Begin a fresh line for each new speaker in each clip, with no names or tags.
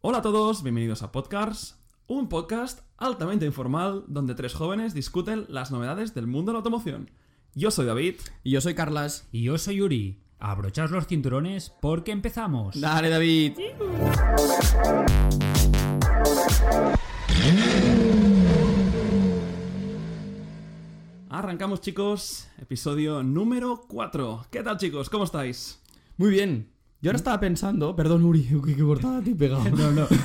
Hola a todos, bienvenidos a Podcasts, un podcast altamente informal donde tres jóvenes discuten las novedades del mundo de la automoción. Yo soy David.
Y yo soy Carlas.
Y yo soy Yuri. Abrochaos los cinturones porque empezamos.
Dale, David.
Arrancamos chicos, episodio número 4. ¿Qué tal chicos? ¿Cómo estáis?
Muy bien. Yo
¿Mm?
ahora estaba pensando, perdón, Uri, que cortada te he pegado.
No, no. Yo,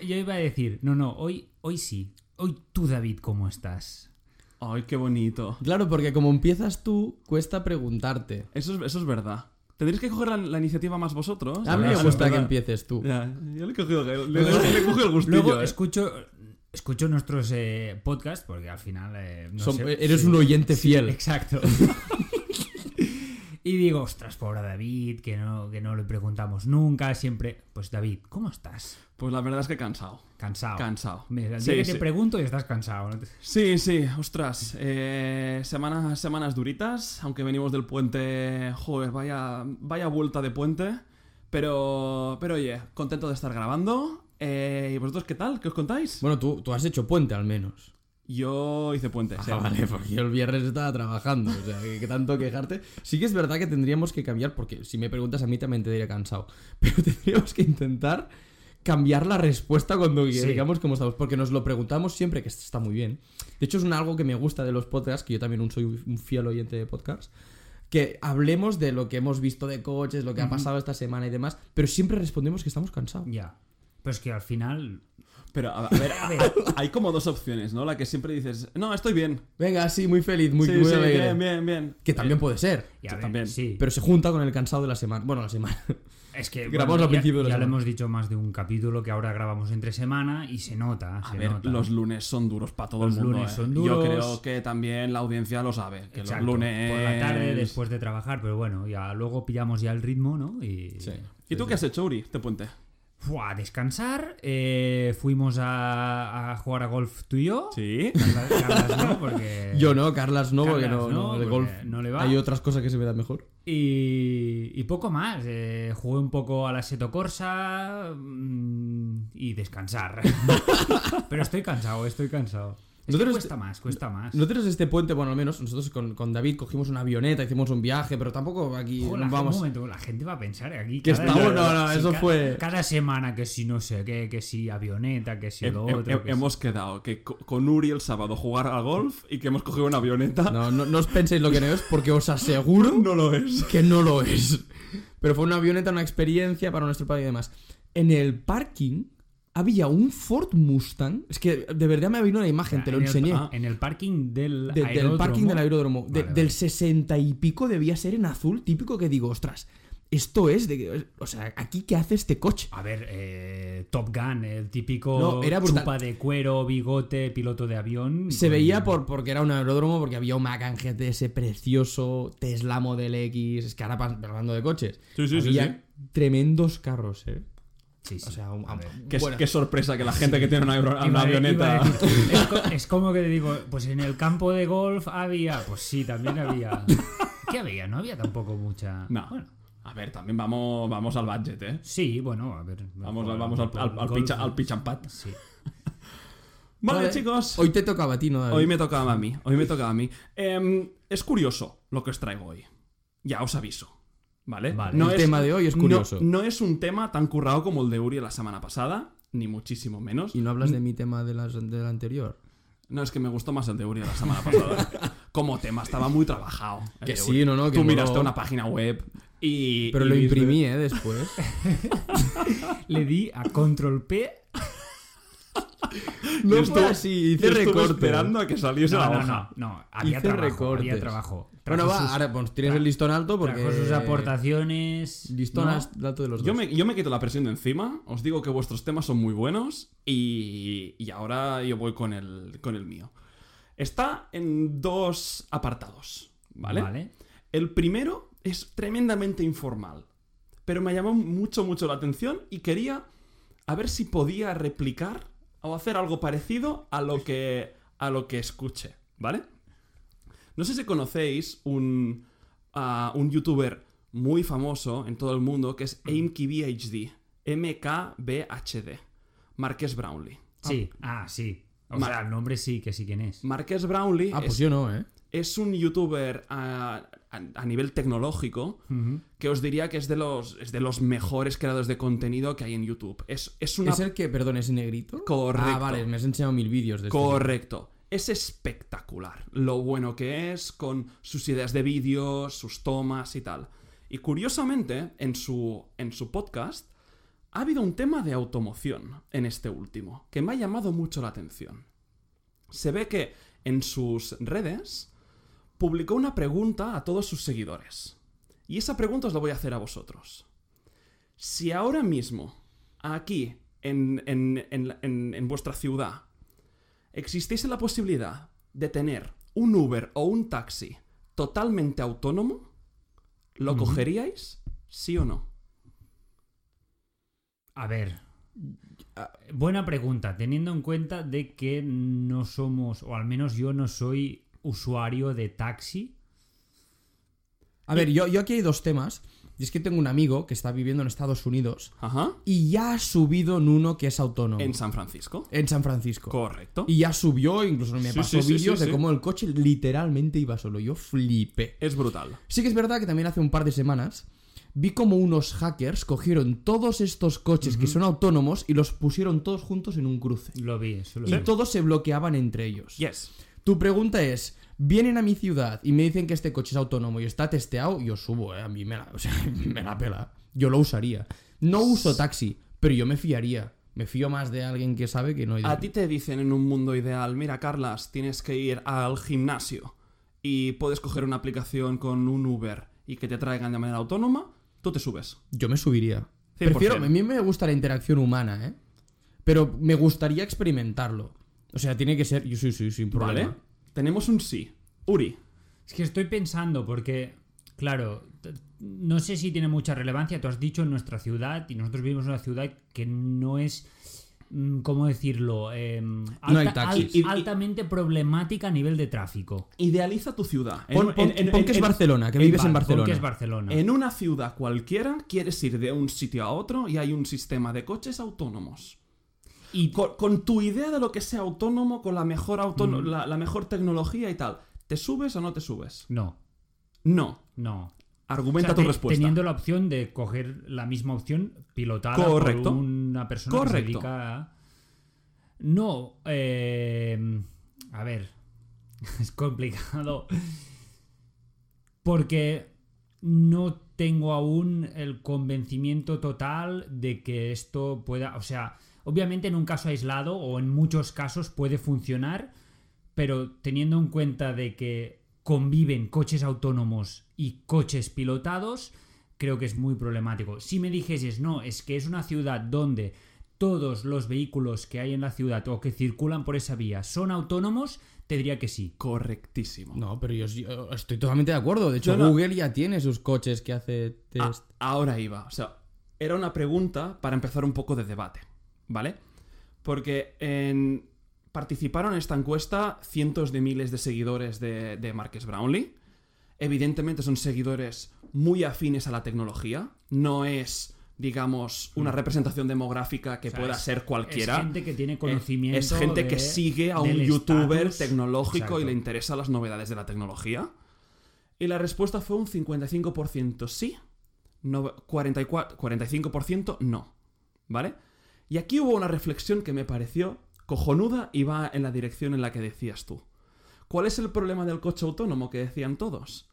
yo- yo iba a decir, no, no, hoy, hoy sí. Hoy tú, David, ¿cómo estás?
Ay, qué bonito.
Claro, porque como empiezas tú, cuesta preguntarte.
Eso es, eso es verdad. Tendréis que coger la, la iniciativa más vosotros.
A mí me
Claro,
gusta
es
que
verdad.
empieces tú.
Ya, yo le he cogido, le, le- le he cogido el gustillo.
Luego
eh.
escucho, escucho nuestros eh, podcasts porque al final... eh, no
Som-
sé,
eres
sí.
un oyente
Sí,
fiel.
Exacto. y digo, ostras, pobre David, que no, que no le preguntamos nunca, siempre... Pues David, ¿cómo estás?
Pues la verdad es que cansado.
Cansado.
Cansado.
Ah. Me- al
Sí,
día que
sí.
te pregunto y estás cansado. ¿no?
Sí, sí, ostras. eh, semanas, semanas duritas, aunque venimos del puente. Joder, vaya, vaya vuelta de puente. Pero, pero oye, contento de estar grabando. Eh, ¿Y vosotros qué tal? ¿Qué os contáis?
Bueno, tú, tú has hecho puente al menos.
Yo hice puente. sí.
Ah, vale, porque yo el viernes estaba trabajando. O sea, que, que tanto quejarte. Sí que es verdad que tendríamos que cambiar, porque si me preguntas a mí también te diré cansado. Pero tendríamos que intentar cambiar la respuesta cuando
Sí.
digamos cómo estamos, porque nos lo preguntamos siempre, que esto está muy bien. De hecho, es un algo que me gusta de los podcasts, que yo también un- soy un fiel oyente de podcasts. Que hablemos de lo que hemos visto de coches, lo que ha pasado esta semana y demás, pero siempre respondemos que estamos cansados.
Ya. Pero es que al final...
Pero a, a ver,
A ver,
hay como dos opciones, ¿no? La que siempre dices, no, estoy bien.
Venga, sí, muy feliz, muy,
sí,
muy
eh.
sí,
alegre.
bien, bien, bien.
Que también puede ser.
y a
Yo
ver,
también.
Sí.
Pero se junta con el cansado de la semana. Bueno, la semana.
Es que
Grabamos al
ya-
principio de la
ya, lo
semana.
hemos dicho más de un capítulo que ahora grabamos entre semana y se nota.
A
se
ver,
nota.
los lunes son duros para todo
Los
el mundo.
lunes
eh.
son
Yo
duros.
creo que también la audiencia lo sabe. Que
Exacto,
los lunes.
Por la tarde después de trabajar, pero bueno, ya luego pillamos ya el ritmo, ¿no? Y.
¿Y tú qué has hecho, Uri? Te puente.
Fua, a descansar. eh, fuimos a, a jugar a golf tú y yo.
Sí.
Carla- Carlas no, porque.
Yo no, Carlas no, porque
Eh, Carlas
no,
no,
no, de
porque
golf
no le va.
Hay otras cosas que se me dan mejor.
Y, y poco más. eh, jugué un poco a la Seto Corsa mm, y descansar. Pero estoy cansado, estoy cansado. Es
¿No
que
tienes-
cuesta más, cuesta más.
Nosotros este puente, bueno, al menos nosotros con, con David cogimos una avioneta, hicimos un viaje, pero tampoco aquí
Ojo, la,
vamos.
gente, un momento, la gente va a pensar aquí
Que
cada-
estamos- no, no,
si
eso
ca-
fue-
Cada semana que si no sé qué, que si avioneta, que si
Hem-
lo
hem-
otro.
hem-
que si-
hemos quedado que co- con Uri el sábado jugar al golf y que hemos cogido una avioneta.
No, no, no os penséis lo que no es, porque os aseguro
No lo es.
que no lo es. Pero fue una avioneta, una experiencia para nuestro padre y demás. En el parking había un Ford Mustang. Es que de verdad me vino una imagen, te lo
en el-
enseñé.
ah, en el parking del
De- del
aeródromo.
parking del aeródromo. De-
Vale,
Del
vale.
60 y pico debía ser en azul, típico que digo, ostras, esto es de. O sea, ¿aquí qué hace este coche?
A ver, eh, Top Gun, el típico
No, era brutal.
chupa de cuero, bigote, piloto de avión. pues,
Se
con-
veía por, porque era un aeródromo, porque había un Macan GTS precioso, Tesla Model X, es que ahora pas- hablando de coches.
Sí, sí, sí,
había tremendos carros, eh.
Sí, sí.
O sea, un-
A ver.
Qué,
bueno,
qué sorpresa que la gente que tiene una, aero- una
Iba a- iba
avioneta.
a decir, es, co- es como que te digo, pues en el campo de golf había, pues sí, también había. ¿Qué había? No había tampoco mucha.
No.
Bueno,
A ver, también vamos, vamos al budget, ¿eh?
sí, bueno, a ver.
Vamos, al-
por-
vamos al,
por
al, al
golf,
pitch, al pitch and pat.
Sí.
Vale,
Vale.
chicos. Hoy,
Hoy te tocaba a ti, ¿no? David?
me tocaba a mí. Hoy me tocaba a mí. Em, es curioso lo que os traigo hoy. Ya os aviso. ¿Vale?
Vale.
El tema de hoy es
no-
curioso.
No, es un tema tan currado como el de Uri la semana pasada, ni muchísimo menos.
Y no hablas de mi tema de la, del anterior.
No, es que me gustó más el de Uri la semana pasada. Como tema, estaba muy trabajado. el
Que
de
sí,
Uri.
no, no, que
Tú
no.
miraste una página web y.
Pero
y
lo
viste-
imprimí, ¿eh? Después.
Le di a control P.
Yo
no
estuve-
fue así,
yo
hice
estuve
recorte.
esperando a que saliese
No,
la
no,
hoja.
no, no, Había
Pues Hice
trabajo.
recortes.
Había trabajo.
Bueno,
Trajo
va,
sus-
ahora pues, tienes el listón alto porque.
trajo sus aportaciones.
Listón
¿no?
alto de los
Yo
dos.
me, yo me quito la presión de encima, os digo que vuestros temas son muy buenos y, y ahora yo voy con el, con el mío. Está en dos apartados, ¿vale? El primero es tremendamente informal, pero me llamó mucho, mucho la atención y quería a ver si podía replicar o hacer algo parecido a lo que, a lo que escuche, ¿vale? No sé si conocéis un, a un youtuber muy famoso en todo el mundo que es AimKBHD. MKBHD, Marques Brownlee.
Sí, ah, sí. O
Ma-
sea, el nombre sí, que sí quién
Mm.
es.
Marques Brownlee
Ah, pues
es,
yo no, ¿eh?
es un youtuber a, a- a nivel tecnológico
Ujú.
que os diría que es de los, es de los mejores creadores de contenido que hay en YouTube. Es, es una...
¿Es el que, perdón, es negrito?
Correcto.
Ah, vale, me has enseñado mil vídeos de este.
Correcto. Es espectacular lo bueno que es con sus ideas de vídeo, sus tomas y tal. Y curiosamente, en su, en su podcast ha habido un tema de automoción en este último, que me ha llamado mucho la atención. Se ve que en sus redes publicó una pregunta a todos sus seguidores. Y esa pregunta os la voy a hacer a vosotros. Si ahora mismo, aquí, en, en- en- en- en vuestra ciudad, existiese la posibilidad de tener un Uber o un taxi totalmente autónomo, ¿lo cogeríais? ¿Sí o no?
A ver.
Ah.
Buena pregunta, teniendo en cuenta de que no somos, o al menos yo no soy usuario de taxi.
A ver, yo, yo aquí hay dos temas. Y es que tengo un amigo que está viviendo en Estados Unidos
Ajá.
y ya ha subido en uno que es autónomo.
En San Francisco.
en San Francisco.
Correcto.
Y ya subió, incluso me
Sí,
pasó
sí, sí,
vídeos
sí, sí.
de cómo el coche literalmente iba solo. Yo flipé.
Es brutal.
Sí que es verdad que también hace un par de semanas vi como unos hackers cogieron todos estos coches que son autónomos y los pusieron todos juntos en un cruce.
Lo vi, eso lo
Y
vi.
todos se bloqueaban entre ellos.
Yes.
Tu pregunta es, vienen a mi ciudad y me dicen que este coche es autónomo y está testeado, yo subo, ¿eh? A mí me la, o sea, me la pela. Yo lo usaría. No uso taxi, pero yo me fiaría. Me fío más de alguien que sabe que no hay... de-
A ti te dicen en un mundo ideal, mira Carlas, tienes que ir al gimnasio y puedes coger una aplicación con un Uber y que te traigan de manera autónoma, tú te subes.
Yo me subiría.
100%.
Prefiero, a mí me gusta la interacción humana, ¿eh? Pero me gustaría experimentarlo. O sea, tiene que ser... Yo sí, sí, sin problema.
¿Vale? Tenemos un sí. Uri.
Es que estoy pensando porque, claro, t- no sé si tiene mucha relevancia. Tú has dicho en nuestra ciudad y nosotros vivimos en una ciudad que no es, mm, ¿cómo decirlo? Eh,
hay taxis.
Y- y-
altamente problemática a nivel de tráfico.
Idealiza tu ciudad. En-
Pon, pon-
en- en-
pon que es
en-
Barcelona, que
en
vives en
Bar-
Barcelona.
Porque es Barcelona.
En una ciudad cualquiera quieres ir de un sitio a otro y hay un sistema de coches autónomos.
Y-
con, con tu idea de lo que sea autónomo, con la mejor, autóno-
Mm.
la, la mejor tecnología y tal, ¿te subes o no te subes?
No,
No.
no. O sea,
Argumenta
te-
tu respuesta.
Teniendo la opción de coger la misma opción pilotada
Correcto.
por una persona
Correcto.
que se dedica a... No, eh, a ver, es complicado. Porque no tengo aún el convencimiento total de que esto pueda, o sea, obviamente en un caso aislado o en muchos casos puede funcionar, pero teniendo en cuenta de que conviven coches autónomos y coches pilotados, creo que es muy problemático. Si me dijeses, no, es que es una ciudad donde todos los vehículos que hay en la ciudad o que circulan por esa vía son autónomos, te diría que sí.
Correctísimo.
No, pero yo, yo estoy totalmente de acuerdo. De hecho,
No, no.
Google ya tiene sus coches que hace
Este
Ah,
test.
ahora iba. O sea, era una pregunta para empezar un poco de debate, ¿vale? Porque en- participaron en esta encuesta cientos de miles de seguidores de, de Marques Brownlee. Evidentemente son seguidores muy afines a la tecnología. No es, digamos, una representación demográfica que
Mm. O sea,
pueda
es-
ser cualquiera.
Es gente que tiene conocimiento.
Es gente
de-
que sigue a
del
un youtuber
estatus.
tecnológico y
Exacto.
le interesan las novedades de la tecnología. Y la respuesta fue un 55% sí, no- 44 45% no. ¿Vale? Y aquí hubo una reflexión que me pareció cojonuda y va en la dirección en la que decías tú. ¿Cuál es el problema del coche autónomo que decían todos?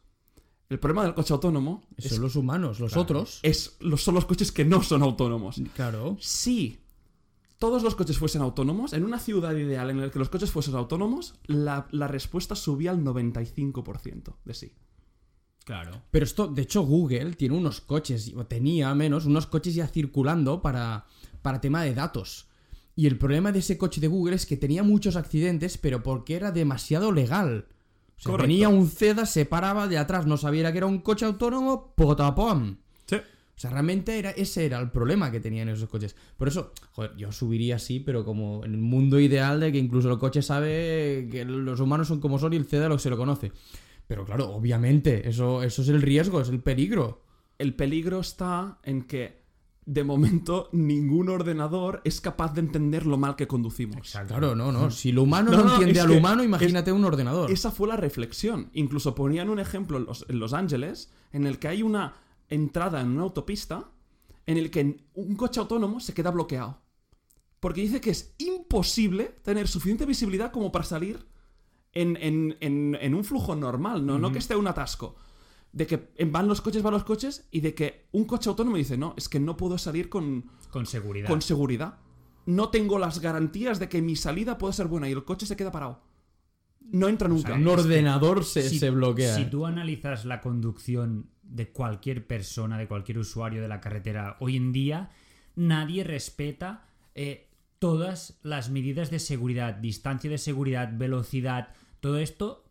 El problema del coche autónomo
Son los humanos, los otros.
es los, son los coches que no son autónomos
Claro.
si todos los coches fuesen autónomos, en una ciudad ideal en la que los coches fuesen autónomos, la, la respuesta subía al 95% de sí.
Claro.
Pero esto, de hecho, Google tiene unos coches, o tenía al menos, unos coches ya circulando para, para tema de datos. Y el problema de ese coche de Google es que tenía muchos accidentes, pero porque era demasiado legal. O sea,
Correcto.
venía un CEDA, se paraba de atrás, no sabía que era un coche autónomo, potapom.
Sí.
O sea, realmente era, ese era el problema que tenían esos coches. Por eso, joder, yo subiría así, pero como en el mundo ideal de que incluso el coche sabe que los humanos son como son y el CEDA lo, se lo conoce. Pero claro, obviamente, eso, eso es el riesgo, es el peligro.
El peligro está en que de momento ningún ordenador es capaz de entender lo mal que conducimos.
Claro, no, no. Si el humano
No,
no,
no,
entiende
es
al
que-
humano, imagínate un ordenador.
Esa fue la reflexión. Incluso ponían un ejemplo en Los, en Los Ángeles en el que hay una entrada en una autopista en el que un coche autónomo se queda bloqueado. Porque dice que es imposible tener suficiente visibilidad como para salir en, en- en- en un flujo normal, no, no que esté un atasco. De que van los coches, van los coches, y de que un coche autónomo dice, no, es que no puedo salir con,
Con seguridad.
con seguridad. No tengo las garantías de que mi salida pueda ser buena y el coche se queda parado. No entra nunca.
un ordenador se,
Si-
se bloquea.
Si tú analizas la conducción de cualquier persona, de cualquier usuario de la carretera hoy en día, nadie respeta eh, todas las medidas de seguridad, distancia de seguridad, velocidad, todo esto.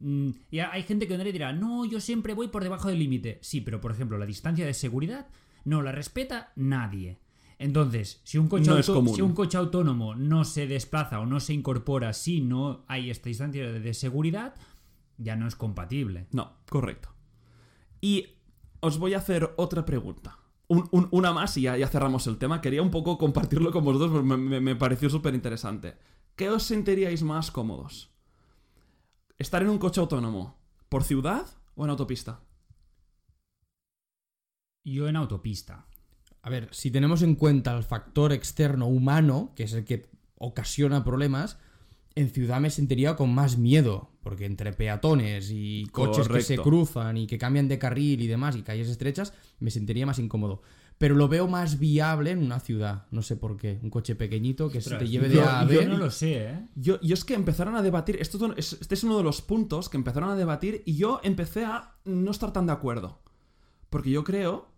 mm, Y ha- hay gente que vendrá y dirá, no, yo siempre voy por debajo del límite. Sí, pero por ejemplo, la distancia de seguridad no la respeta nadie. Entonces, si un coche,
No es
auto-
común.
si un coche autónomo no se desplaza o no se incorpora si no hay esta distancia de de seguridad, ya no es compatible.
No, correcto. Y os voy a hacer otra pregunta. Un- un- una más y ya, ya cerramos el tema. Quería un poco compartirlo con vosotros porque me, me- me pareció súper interesante. ¿Qué os sentiríais más cómodos? ¿Estar en un coche autónomo? ¿Por ciudad o en autopista?
Yo en autopista.
A ver, si tenemos en cuenta el factor externo humano, que es el que ocasiona problemas, en ciudad me sentiría con más miedo, porque entre peatones y coches que se
Correcto.
cruzan y que cambian de carril y demás, y calles estrechas, me sentiría más incómodo. Pero lo veo más viable en una ciudad, no sé por qué. Un coche pequeñito que se
Ostras,
te lleve de
yo,
A a
yo
B.
no lo sé, ¿eh?
Yo, yo es que empezaron a debatir, esto es un- es- este es uno de los puntos que empezaron a debatir y yo empecé a no estar tan de acuerdo. Porque yo creo,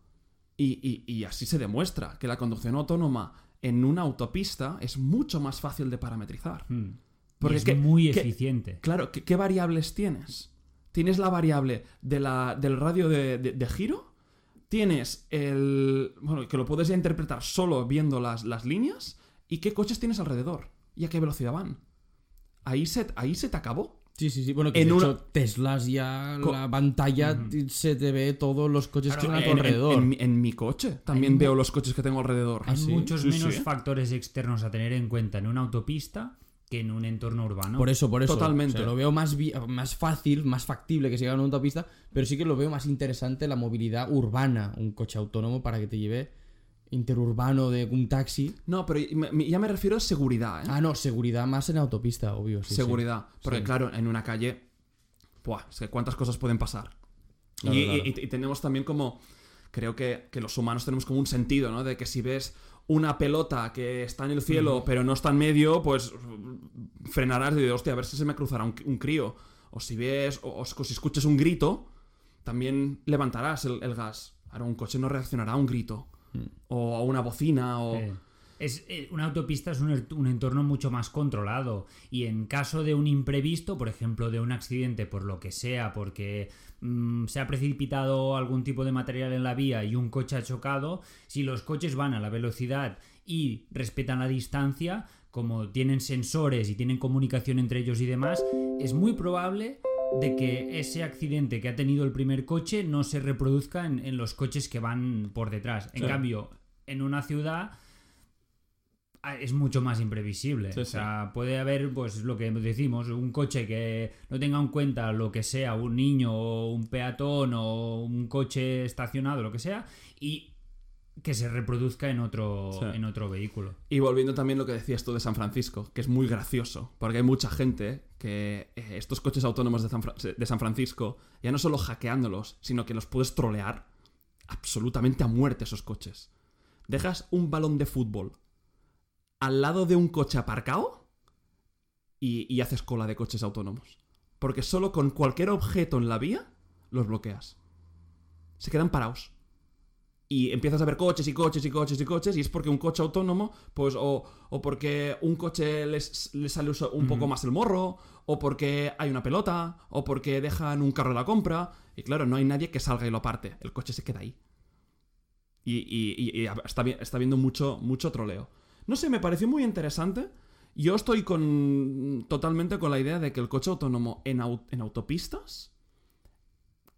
y, y- y así se demuestra, que la conducción autónoma en una autopista es mucho más fácil de parametrizar.
Hmm.
Porque
Y es
que-
muy
que-
eficiente.
Claro, ¿qué, qué variables tienes? Tienes la variable de la- del radio de, de- de giro, tienes el... Bueno, que lo puedes ya interpretar solo viendo las, las líneas, y qué coches tienes alrededor, y a qué velocidad van. Ahí se, ahí se te acabó.
Sí, sí, sí. Bueno, que
En
de
una-
hecho, Teslas ya,
Co-
la pantalla se te ve todos los coches que están a
En-
tu
en-
alrededor.
En, mi- en mi coche también veo los coches que tengo alrededor.
Ah,
Hay
sí,
muchos
sí,
menos
sí.
factores externos a tener en cuenta en una autopista que en un entorno urbano.
Por eso, por eso.
Totalmente.
O sea, lo veo más, vi- más fácil, más factible que se llegue a una autopista, pero sí que lo veo más interesante la movilidad urbana, un coche autónomo para que te lleve interurbano de un taxi.
No, pero me- me- ya me refiero a seguridad, ¿eh?
Ah, no, seguridad más en autopista, obvio. sí, sí.
seguridad. Porque
Sí.
claro, en una calle, buah, es que cuántas cosas pueden pasar.
Claro,
y,
claro.
y- y tenemos también como, creo que, que los humanos tenemos como un sentido, ¿no? De que si ves una pelota que está en el cielo pero no está en medio, pues mm, frenarás de, hostia, a ver si se me cruzará un, un crío. O si ves, o, o si escuchas un grito, también levantarás el, el gas. Ahora, un coche no reaccionará a un grito.
Mm.
O a una bocina, o...
Eh, Es, eh, una autopista es un, er- un entorno mucho más controlado y en caso de un imprevisto, por ejemplo, de un accidente, por lo que sea, porque mm, se ha precipitado algún tipo de material en la vía y un coche ha chocado, si los coches van a la velocidad y respetan la distancia, como tienen sensores y tienen comunicación entre ellos y demás, es muy probable de que ese accidente que ha tenido el primer coche no se reproduzca en, en los coches que van por detrás. En
Sí.
cambio, en una ciudad ah, es mucho más imprevisible.
Sí,
o sea, puede haber, pues lo que decimos, un coche que no tenga en cuenta lo que sea, un niño o un peatón o un coche estacionado, lo que sea, y que se reproduzca en otro,
Sí.
en otro vehículo.
Y volviendo también a lo que decías tú de San Francisco, que es muy gracioso, porque hay mucha gente que eh, estos coches autónomos de San, Fra- de San Francisco, ya no solo hackeándolos, sino que los puedes trolear absolutamente a muerte esos coches. Dejas un balón de fútbol al lado de un coche aparcado y, y haces cola de coches autónomos. Porque solo con cualquier objeto en la vía los bloqueas. Se quedan parados y empiezas a ver coches y coches y coches y coches y es porque un coche autónomo, pues o, o porque un coche les, les sale uso- un poco más el morro, o porque hay una pelota, o porque dejan un carro a la compra y claro, no hay nadie que salga y lo aparte, el coche se queda ahí. Y, y- y- y está, vi- está viendo mucho, mucho troleo. No sé, me pareció muy interesante. Yo estoy con, totalmente con la idea de que el coche autónomo en, au- en autopistas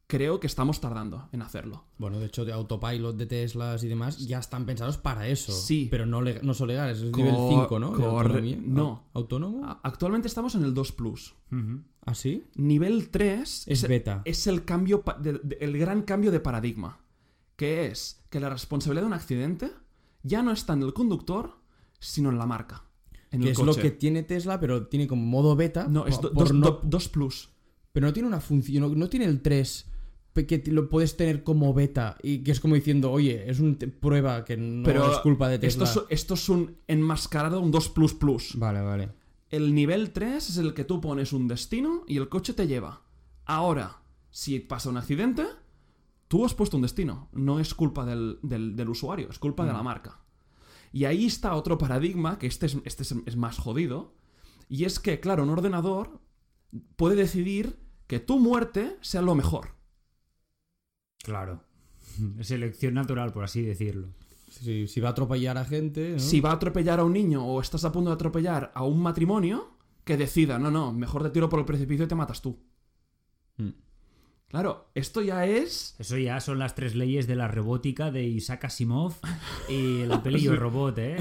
creo que estamos tardando en hacerlo.
Bueno, de hecho, de autopilot de Teslas y demás ya están pensados para eso.
Sí.
Pero no, le- no son legales. Es
Cor-
nivel 5, ¿no? De
corre-
autonomía. Ah,
no. Ah.
¿Autónomo?
A- Actualmente estamos en el 2 Plus.
Ujú.
¿Ah, sí?
Nivel 3
Es beta.
es el, cambio pa- de- de- el gran cambio de paradigma, que es que la responsabilidad de un accidente ya no está en el conductor, sino en la marca. En
que
el
es
coche.
lo que tiene Tesla, pero tiene como modo beta.
No, es
po-
do-
por
dos,
no-
do- dos plus.
Pero no tiene una función, no, no tiene el 3 pe- que te- lo puedes tener como beta y que es como diciendo, oye, es una prueba que no
pero
es culpa de
esto
Tesla.
es, esto es un enmascarado, un 2 plus plus.
Vale, vale.
El nivel 3 es el que tú pones un destino y el coche te lleva. Ahora, si pasa un accidente, tú has puesto un destino. No es culpa del, del- del usuario, es culpa de la marca. Y ahí está otro paradigma, que este, es, este es- es más jodido, y es que, claro, un ordenador puede decidir que tu muerte sea lo mejor.
Claro. Selección natural, por así decirlo.
Si, si va a atropellar a gente.
¿Eh?
¿no?
Si va a atropellar a un niño o estás a punto de atropellar a un matrimonio, que decida, no, no, mejor te tiro por el precipicio y te matas tú.
Hmm.
Mm.
Claro, esto ya es...
Eso ya son las tres leyes de la robótica de Isaac Asimov y el pelillo robot, ¿eh?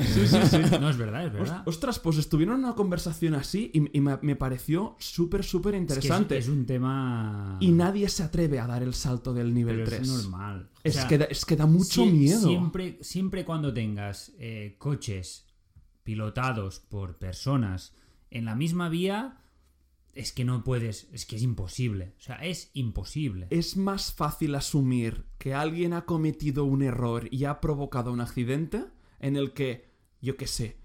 No, es verdad, es
Os-
verdad.
Ostras, pues estuvieron en una conversación así y, y me, me pareció súper, súper
Es que es-
interesante.
Es, un tema.
Y nadie se atreve a dar el salto del nivel
pero
3.
Es normal. O
Es
sea,
que da, es que da mucho
sie-
miedo.
Siempre, siempre cuando tengas eh, coches pilotados por personas en la misma vía, es que no puedes. Es que es imposible. O sea, es imposible.
Es más fácil asumir que alguien ha cometido un error y ha provocado un accidente en el que, yo qué sé,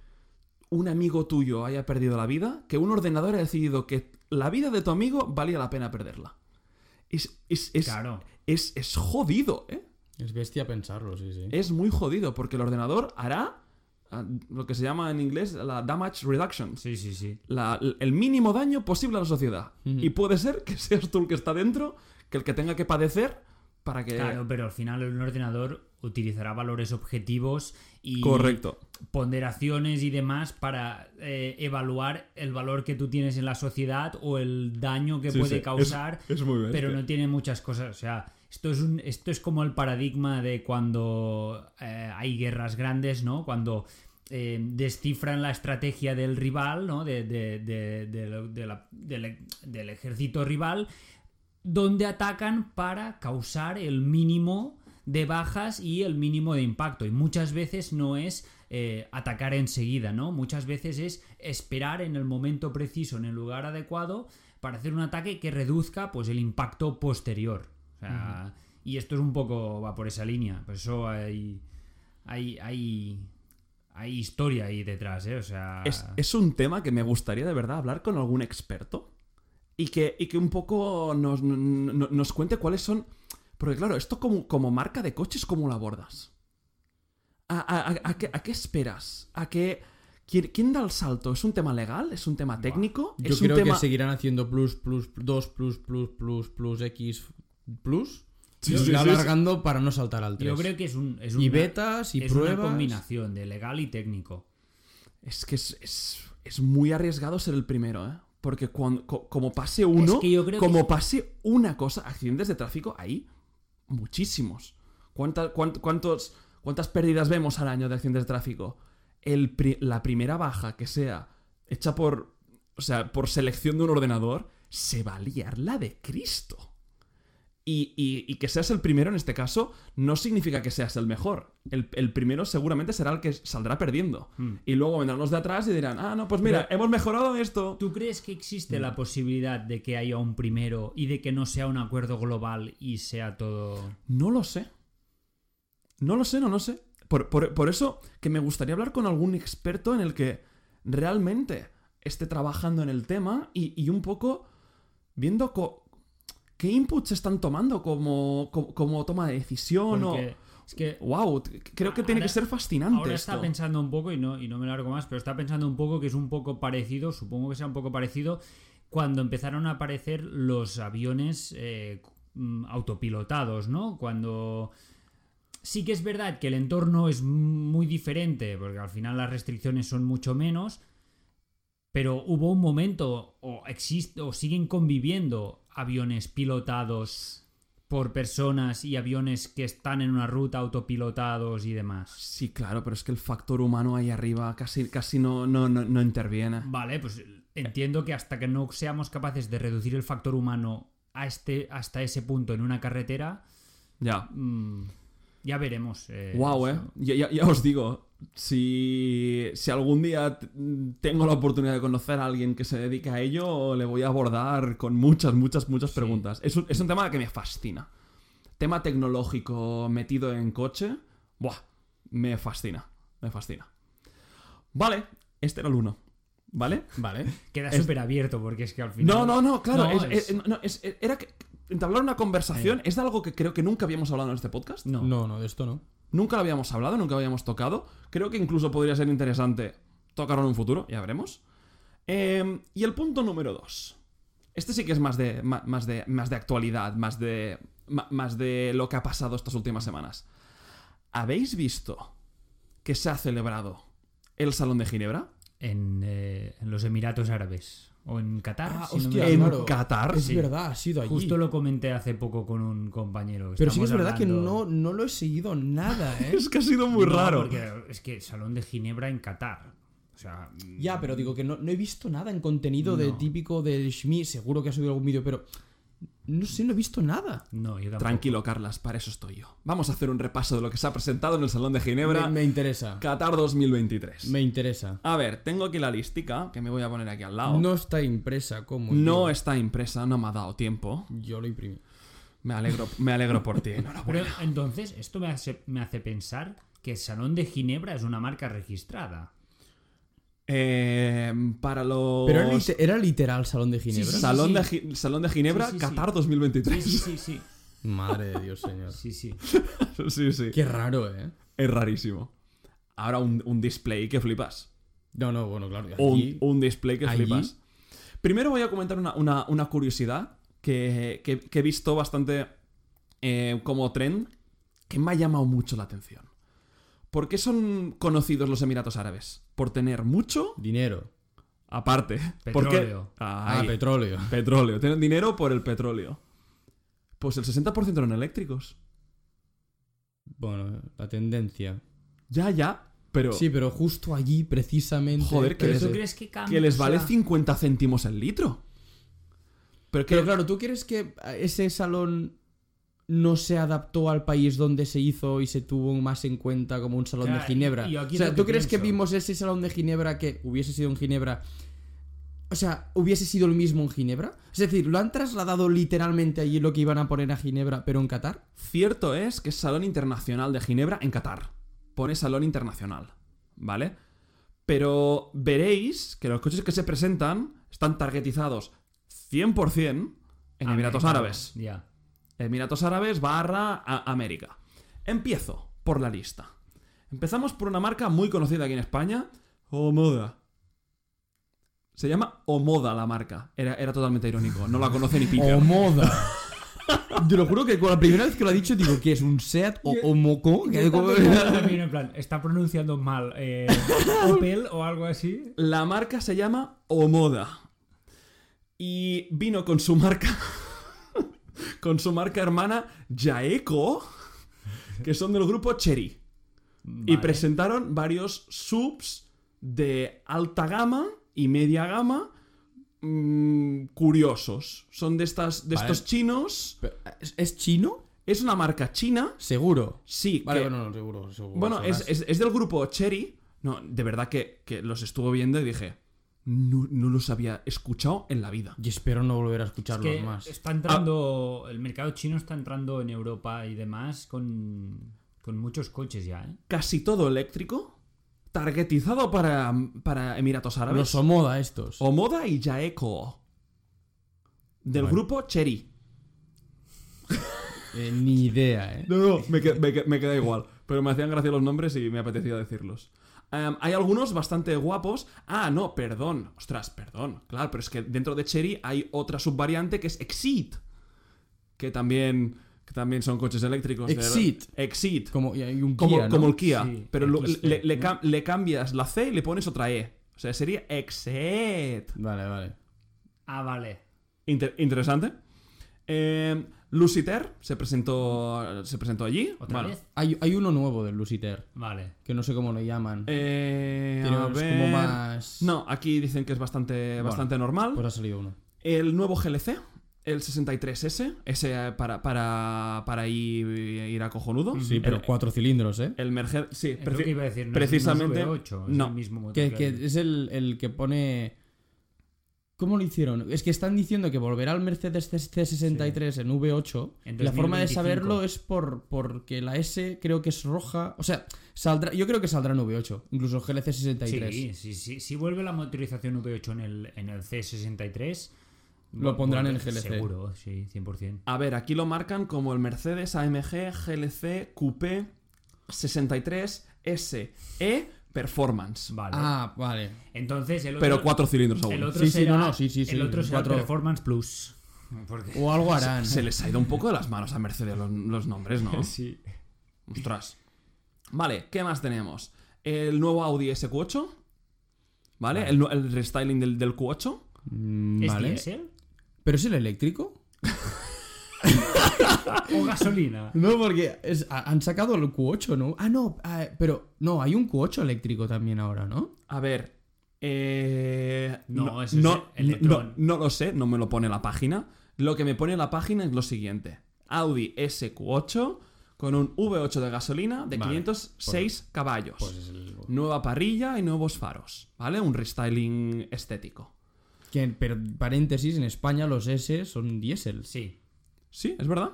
un amigo tuyo haya perdido la vida, que un ordenador ha decidido que la vida de tu amigo valía la pena perderla. Es, es, es,
Claro.
es, es jodido, ¿eh?
Es bestia pensarlo, sí, sí.
es muy jodido porque el ordenador hará ah, lo que se llama en inglés la damage reduction.
Sí, sí, sí.
La- el mínimo daño posible a la sociedad. Y puede ser que seas tú el que está dentro, que el que tenga que padecer para que...
Claro, pero al final un ordenador utilizará valores objetivos y
Correcto.
ponderaciones y demás para eh, evaluar el valor que tú tienes en la sociedad o el daño que
Sí,
puede
sí.
causar,
Es- es muy bestia.
pero no tiene muchas cosas. O sea, esto es, un, esto es como el paradigma de cuando eh, hay guerras grandes, ¿no? Cuando eh, descifran la estrategia del rival, ¿no? De, de- de- de lo- de la- del- del ejército rival donde atacan para causar el mínimo de bajas y el mínimo de impacto. Y muchas veces no es eh, atacar enseguida, ¿no? Muchas veces es esperar en el momento preciso, en el lugar adecuado, para hacer un ataque que reduzca pues, el impacto posterior. O sea, Y esto es un poco, va por esa línea. Por eso hay, hay, hay, hay historia ahí detrás, ¿eh? O sea...
Es, es un tema que me gustaría de verdad hablar con algún experto y que, y que un poco nos, no- no- nos cuente cuáles son... Porque claro, esto como, como marca de coches, ¿cómo lo abordas? ¿A, a- a- a qué, a qué esperas? ¿A qué... ¿Quién, quién da el salto? ¿Es un tema legal? ¿Es un tema técnico?
Yo
¿Es un
creo
tema...
que seguirán haciendo plus, plus, plus, 2, plus, plus, plus, plus, X, plus.
Sí,
y
sí,
ir
sí, sí.
alargando para no saltar al 3.
yo creo que es un... Es
y
una-
betas y
es
pruebas.
una combinación de legal y técnico.
Es que es, es- es muy arriesgado ser el primero, ¿eh? Porque cuando, co- como pase uno,
que yo creo
como
que-
pase una cosa, accidentes de tráfico hay muchísimos. ¿Cuánta- cuánt- cuántos, ¿Cuántas pérdidas vemos al año de accidentes de tráfico? El pri- la primera baja que sea hecha por, o sea, por selección de un ordenador, se va a liar la de Cristo. Y, y- y que seas el primero en este caso no significa que seas el mejor. El, el primero seguramente será el que saldrá perdiendo.
Hmm.
Y luego vendrán los de atrás y dirán, ah, no, pues mira, hemos mejorado esto.
¿Tú crees que existe la posibilidad de que haya un primero y de que no sea un acuerdo global y sea todo...
No lo sé. No lo sé, no lo sé. Por, por- por eso que me gustaría hablar con algún experto en el que realmente esté trabajando en el tema y, y un poco viendo co- qué inputs están tomando como, como, como toma de decisión
Porque Es que
o... ¡Wow! Creo que tiene
Ahora-
que ser fascinante
ahora está
esto.
pensando un poco, y no, y no me largo más, pero está pensando un poco que es un poco parecido, supongo que sea un poco parecido, cuando empezaron a aparecer los aviones eh, mm, autopilotados, ¿no? Cuando... Sí que es verdad que el entorno es muy diferente, porque al final las restricciones son mucho menos, pero hubo un momento, o existe, o siguen conviviendo aviones pilotados por personas y aviones que están en una ruta autopilotados y demás.
Sí, claro, pero es que el factor humano ahí arriba casi, casi no, no, no, no interviene.
Vale, pues entiendo que hasta que no seamos capaces de reducir el factor humano a este, hasta ese punto en una carretera,
Ya.
mm, ya veremos. eh,
Wow,
eso.
eh. Ya, ya- ya os digo, si, si algún día t- tengo la oportunidad de conocer a alguien que se dedica a ello, le voy a abordar con muchas, muchas, muchas preguntas. Es, un, es un tema que me fascina. Tema tecnológico metido en coche, buah, me fascina, me fascina. Vale, este era el uno, ¿vale?
Vale.
Queda
Es-
súper abierto porque es que al final...
No, no, no, claro.
No,
es-
es- Eh.
es- no, es- era que- entablar una conversación. Es de algo que creo que nunca habíamos hablado en este podcast.
No.
No, no, de esto no.
Nunca lo habíamos hablado, nunca lo habíamos tocado. Creo que incluso podría ser interesante tocarlo en un futuro, ya veremos. Eh, y el punto número dos. Este sí que es más de, ma- más de, más de actualidad, más de, ma- más de lo que ha pasado estas últimas semanas. ¿Habéis visto que se ha celebrado el Salón de Ginebra?
En, eh, en los Emiratos Árabes o en Qatar.
Ah,
si no me
en
hostia,
equivoco.
claro.
Qatar.
Es
sí.
verdad, ha sido allí.
Justo lo comenté hace poco con un compañero.
Pero sí que es
Estamos
verdad que no,
hablando-
no lo he seguido nada, ¿eh?
Es que ha sido muy
No,
raro.
porque es que Salón de Ginebra en Qatar. O sea, mm,
Ya, pero digo que no, no he visto nada en contenido de
No.
típico del Shmi. Seguro que ha subido algún vídeo, pero no sé, no he visto nada.
no, yo tampoco.
Tranquilo, Carlas, para eso estoy yo. Vamos a hacer un repaso de lo que se ha presentado en el Salón de Ginebra
Me, me interesa.
Qatar 2023.
Me interesa.
A ver, tengo aquí la listica que me voy a poner aquí al lado.
No está impresa como
No
yo.
está impresa, no me ha dado tiempo.
Yo lo imprimí.
Me alegro, me alegro por ti. enhorabuena.
Pero entonces, esto me hace, me hace pensar que Salón de Ginebra es una marca registrada.
Eh, para los
Pero era, lite- era literal Salón de Ginebra.
Sí, sí,
Salón,
sí.
de Gi- Salón de Ginebra,
Sí, sí, sí.
Qatar
Sí,
2023.
sí, sí, sí.
Madre de Dios, señor.
Sí, sí.
Sí, sí.
Qué raro, ¿eh?
Es rarísimo. Ahora un, un display que flipas.
No, no, bueno, claro.
Un,
Aquí,
un display que
allí.
flipas. Primero voy a comentar una, una- una curiosidad que, que- que he visto bastante eh, como trend que me ha llamado mucho la atención. ¿Por qué son conocidos los Emiratos Árabes? Por tener mucho,
Dinero.
aparte.
Petróleo.
Porque,
Ah,
Ay,
petróleo.
petróleo. Tienen dinero por el petróleo. Pues el 60% eran eléctricos.
Bueno, la tendencia.
Ya, ya. Pero
Sí, pero justo allí, precisamente.
Joder, que
Pero
¿Pero
les-
tú
sí.
crees que cambia?
que les
O sea,
vale 50 céntimos el litro. Pero que
Pero claro, ¿tú quieres que ese salón no se adaptó al país donde se hizo y se tuvo más en cuenta como un salón
Claro,
de Ginebra?
y- y aquí
o sea,
es lo
¿tú
que
crees que
pienso.
vimos ese salón de Ginebra que hubiese sido en Ginebra? O sea, ¿hubiese sido el mismo en Ginebra? Es decir, ¿lo han trasladado literalmente allí lo que iban a poner a Ginebra, pero en Qatar?
Cierto es que es Salón Internacional de Ginebra en Qatar. Pone Salón Internacional, ¿vale? Pero veréis que los coches que se presentan están targetizados 100%
Ah,
en Emiratos
americano.
Árabes.
Ya.
Emiratos Árabes barra a- América. Empiezo por la lista. Empezamos por una marca muy conocida aquí en España, Omoda. Se llama Omoda la marca. Era, era totalmente irónico. No la conoce ni Peter.
¡O moda! Te lo juro que con la primera vez que lo ha dicho digo que es un SEAT o, o moco. que-
Yo también, en plan, está pronunciando mal eh, Opel o algo así.
La marca se llama Omoda. Y vino con su marca. con su marca hermana Jaeco. Que son del grupo Cherry. Y
Vale.
presentaron varios subs de alta gama y media gama. mm, curiosos. Son de, estas, de
Vale.
estos chinos.
Pero, ¿es- ¿Es chino?
Es una marca china.
Seguro.
Sí,
Vale,
que-
bueno, no, seguro, seguro.
bueno, es,
sabrás.
es- es del grupo Cherry. No, de verdad que, que los estuvo viendo y dije, no, no los había escuchado en la vida.
Y espero no volver a
Es
escucharlos
que
más.
está entrando, el mercado chino está entrando en Europa y demás con, con muchos coches ya, ¿eh?
Casi todo eléctrico, targetizado para, para Emiratos Árabes.
Los Omoda estos.
Omoda y Jaeco. Del
Vale.
grupo Cherry.
Eh, ni idea, ¿eh?
No, no, me, que- me que- me queda igual. Pero me hacían gracia los nombres y me apetecía decirlos. Em, hay algunos bastante guapos. Ah, no, perdón. Ostras, perdón. Claro, pero es que dentro de Cherry hay otra subvariante que es Exit. Que también, que también son coches eléctricos. de-
Exit.
Exit.
Como, y hay un
Como,
Kia, ¿no?
como el Kia.
Sí,
pero lo-
XE,
le, le
¿no?
cam- le cambias la C y le pones otra E. O sea, sería Exit.
Vale, vale.
Ah, vale.
Inter- interesante. Eh, Luciter se presentó, se presentó allí.
¿Otra
Bueno,
vez?
Hay, hay uno nuevo del Luciter,
Vale.
que no sé cómo lo llaman.
eh,
Pero
a
es como
ver.
más-
No, aquí dicen que es bastante, bastante normal.
Pues ha salido uno.
El nuevo GLC, el 63S, ese eh, para, para, para ir, ir a cojonudos.
Sí, pero
El-
cuatro cilindros, ¿eh?
El Merger, sí,
Es lo
preci-
que iba a decir, no es-
precisamente.
No, es V8, es
no.
el mismo motor
Que,
que
que
el-
es el, el que pone. ¿Cómo lo hicieron? Es que están diciendo que volverá al Mercedes C63 en V8.
En
la forma de
2025.
saberlo es por porque la S creo que es roja. O sea, saldrá, yo creo que saldrá en V8, incluso GLC63.
Sí, sí, sí. Si vuelve la motorización V8 en el, en el C63,
Lo pondrán en el
vuelve-
GLC.
Seguro, sí, 100%.
A ver, aquí lo marcan como el Mercedes AMG GLC Coupé 63 SE E Performance.
Vale.
Ah, vale.
Entonces, el otro,
Pero cuatro cilindros aún.
el otro
Sí, sí,
será,
no, no, sí, sí, sí,
el otro será
cuatro.
Performance Plus. Porque-
O algo harán.
Se les ha ido un poco de las manos a Mercedes los, los nombres,
Uh,
¿no? Sí. Ostras. Vale, ¿qué más tenemos? El nuevo Audi SQ8. ¿Vale? El, nu- el restyling del, del Q8.
Mm,
¿Es
Vale.
diésel
¿Pero es el eléctrico?
o gasolina?
No, porque es- ha- han sacado el Q8, ¿no? Ah, no, ah, pero no, hay un Q8 eléctrico también ahora, ¿no?
A ver. eh,
No, eso es el
no-
Electron.
no lo sé, no me lo pone la página. Lo que me pone la página es lo siguiente: Audi SQ8 con un V8 de gasolina de
Vale,
506 caballos.
Pues es el...
Nueva parrilla y nuevos faros, ¿vale? Un restyling estético.
Que, pero paréntesis, en España los S son diésels.
Sí.
Sí, es verdad.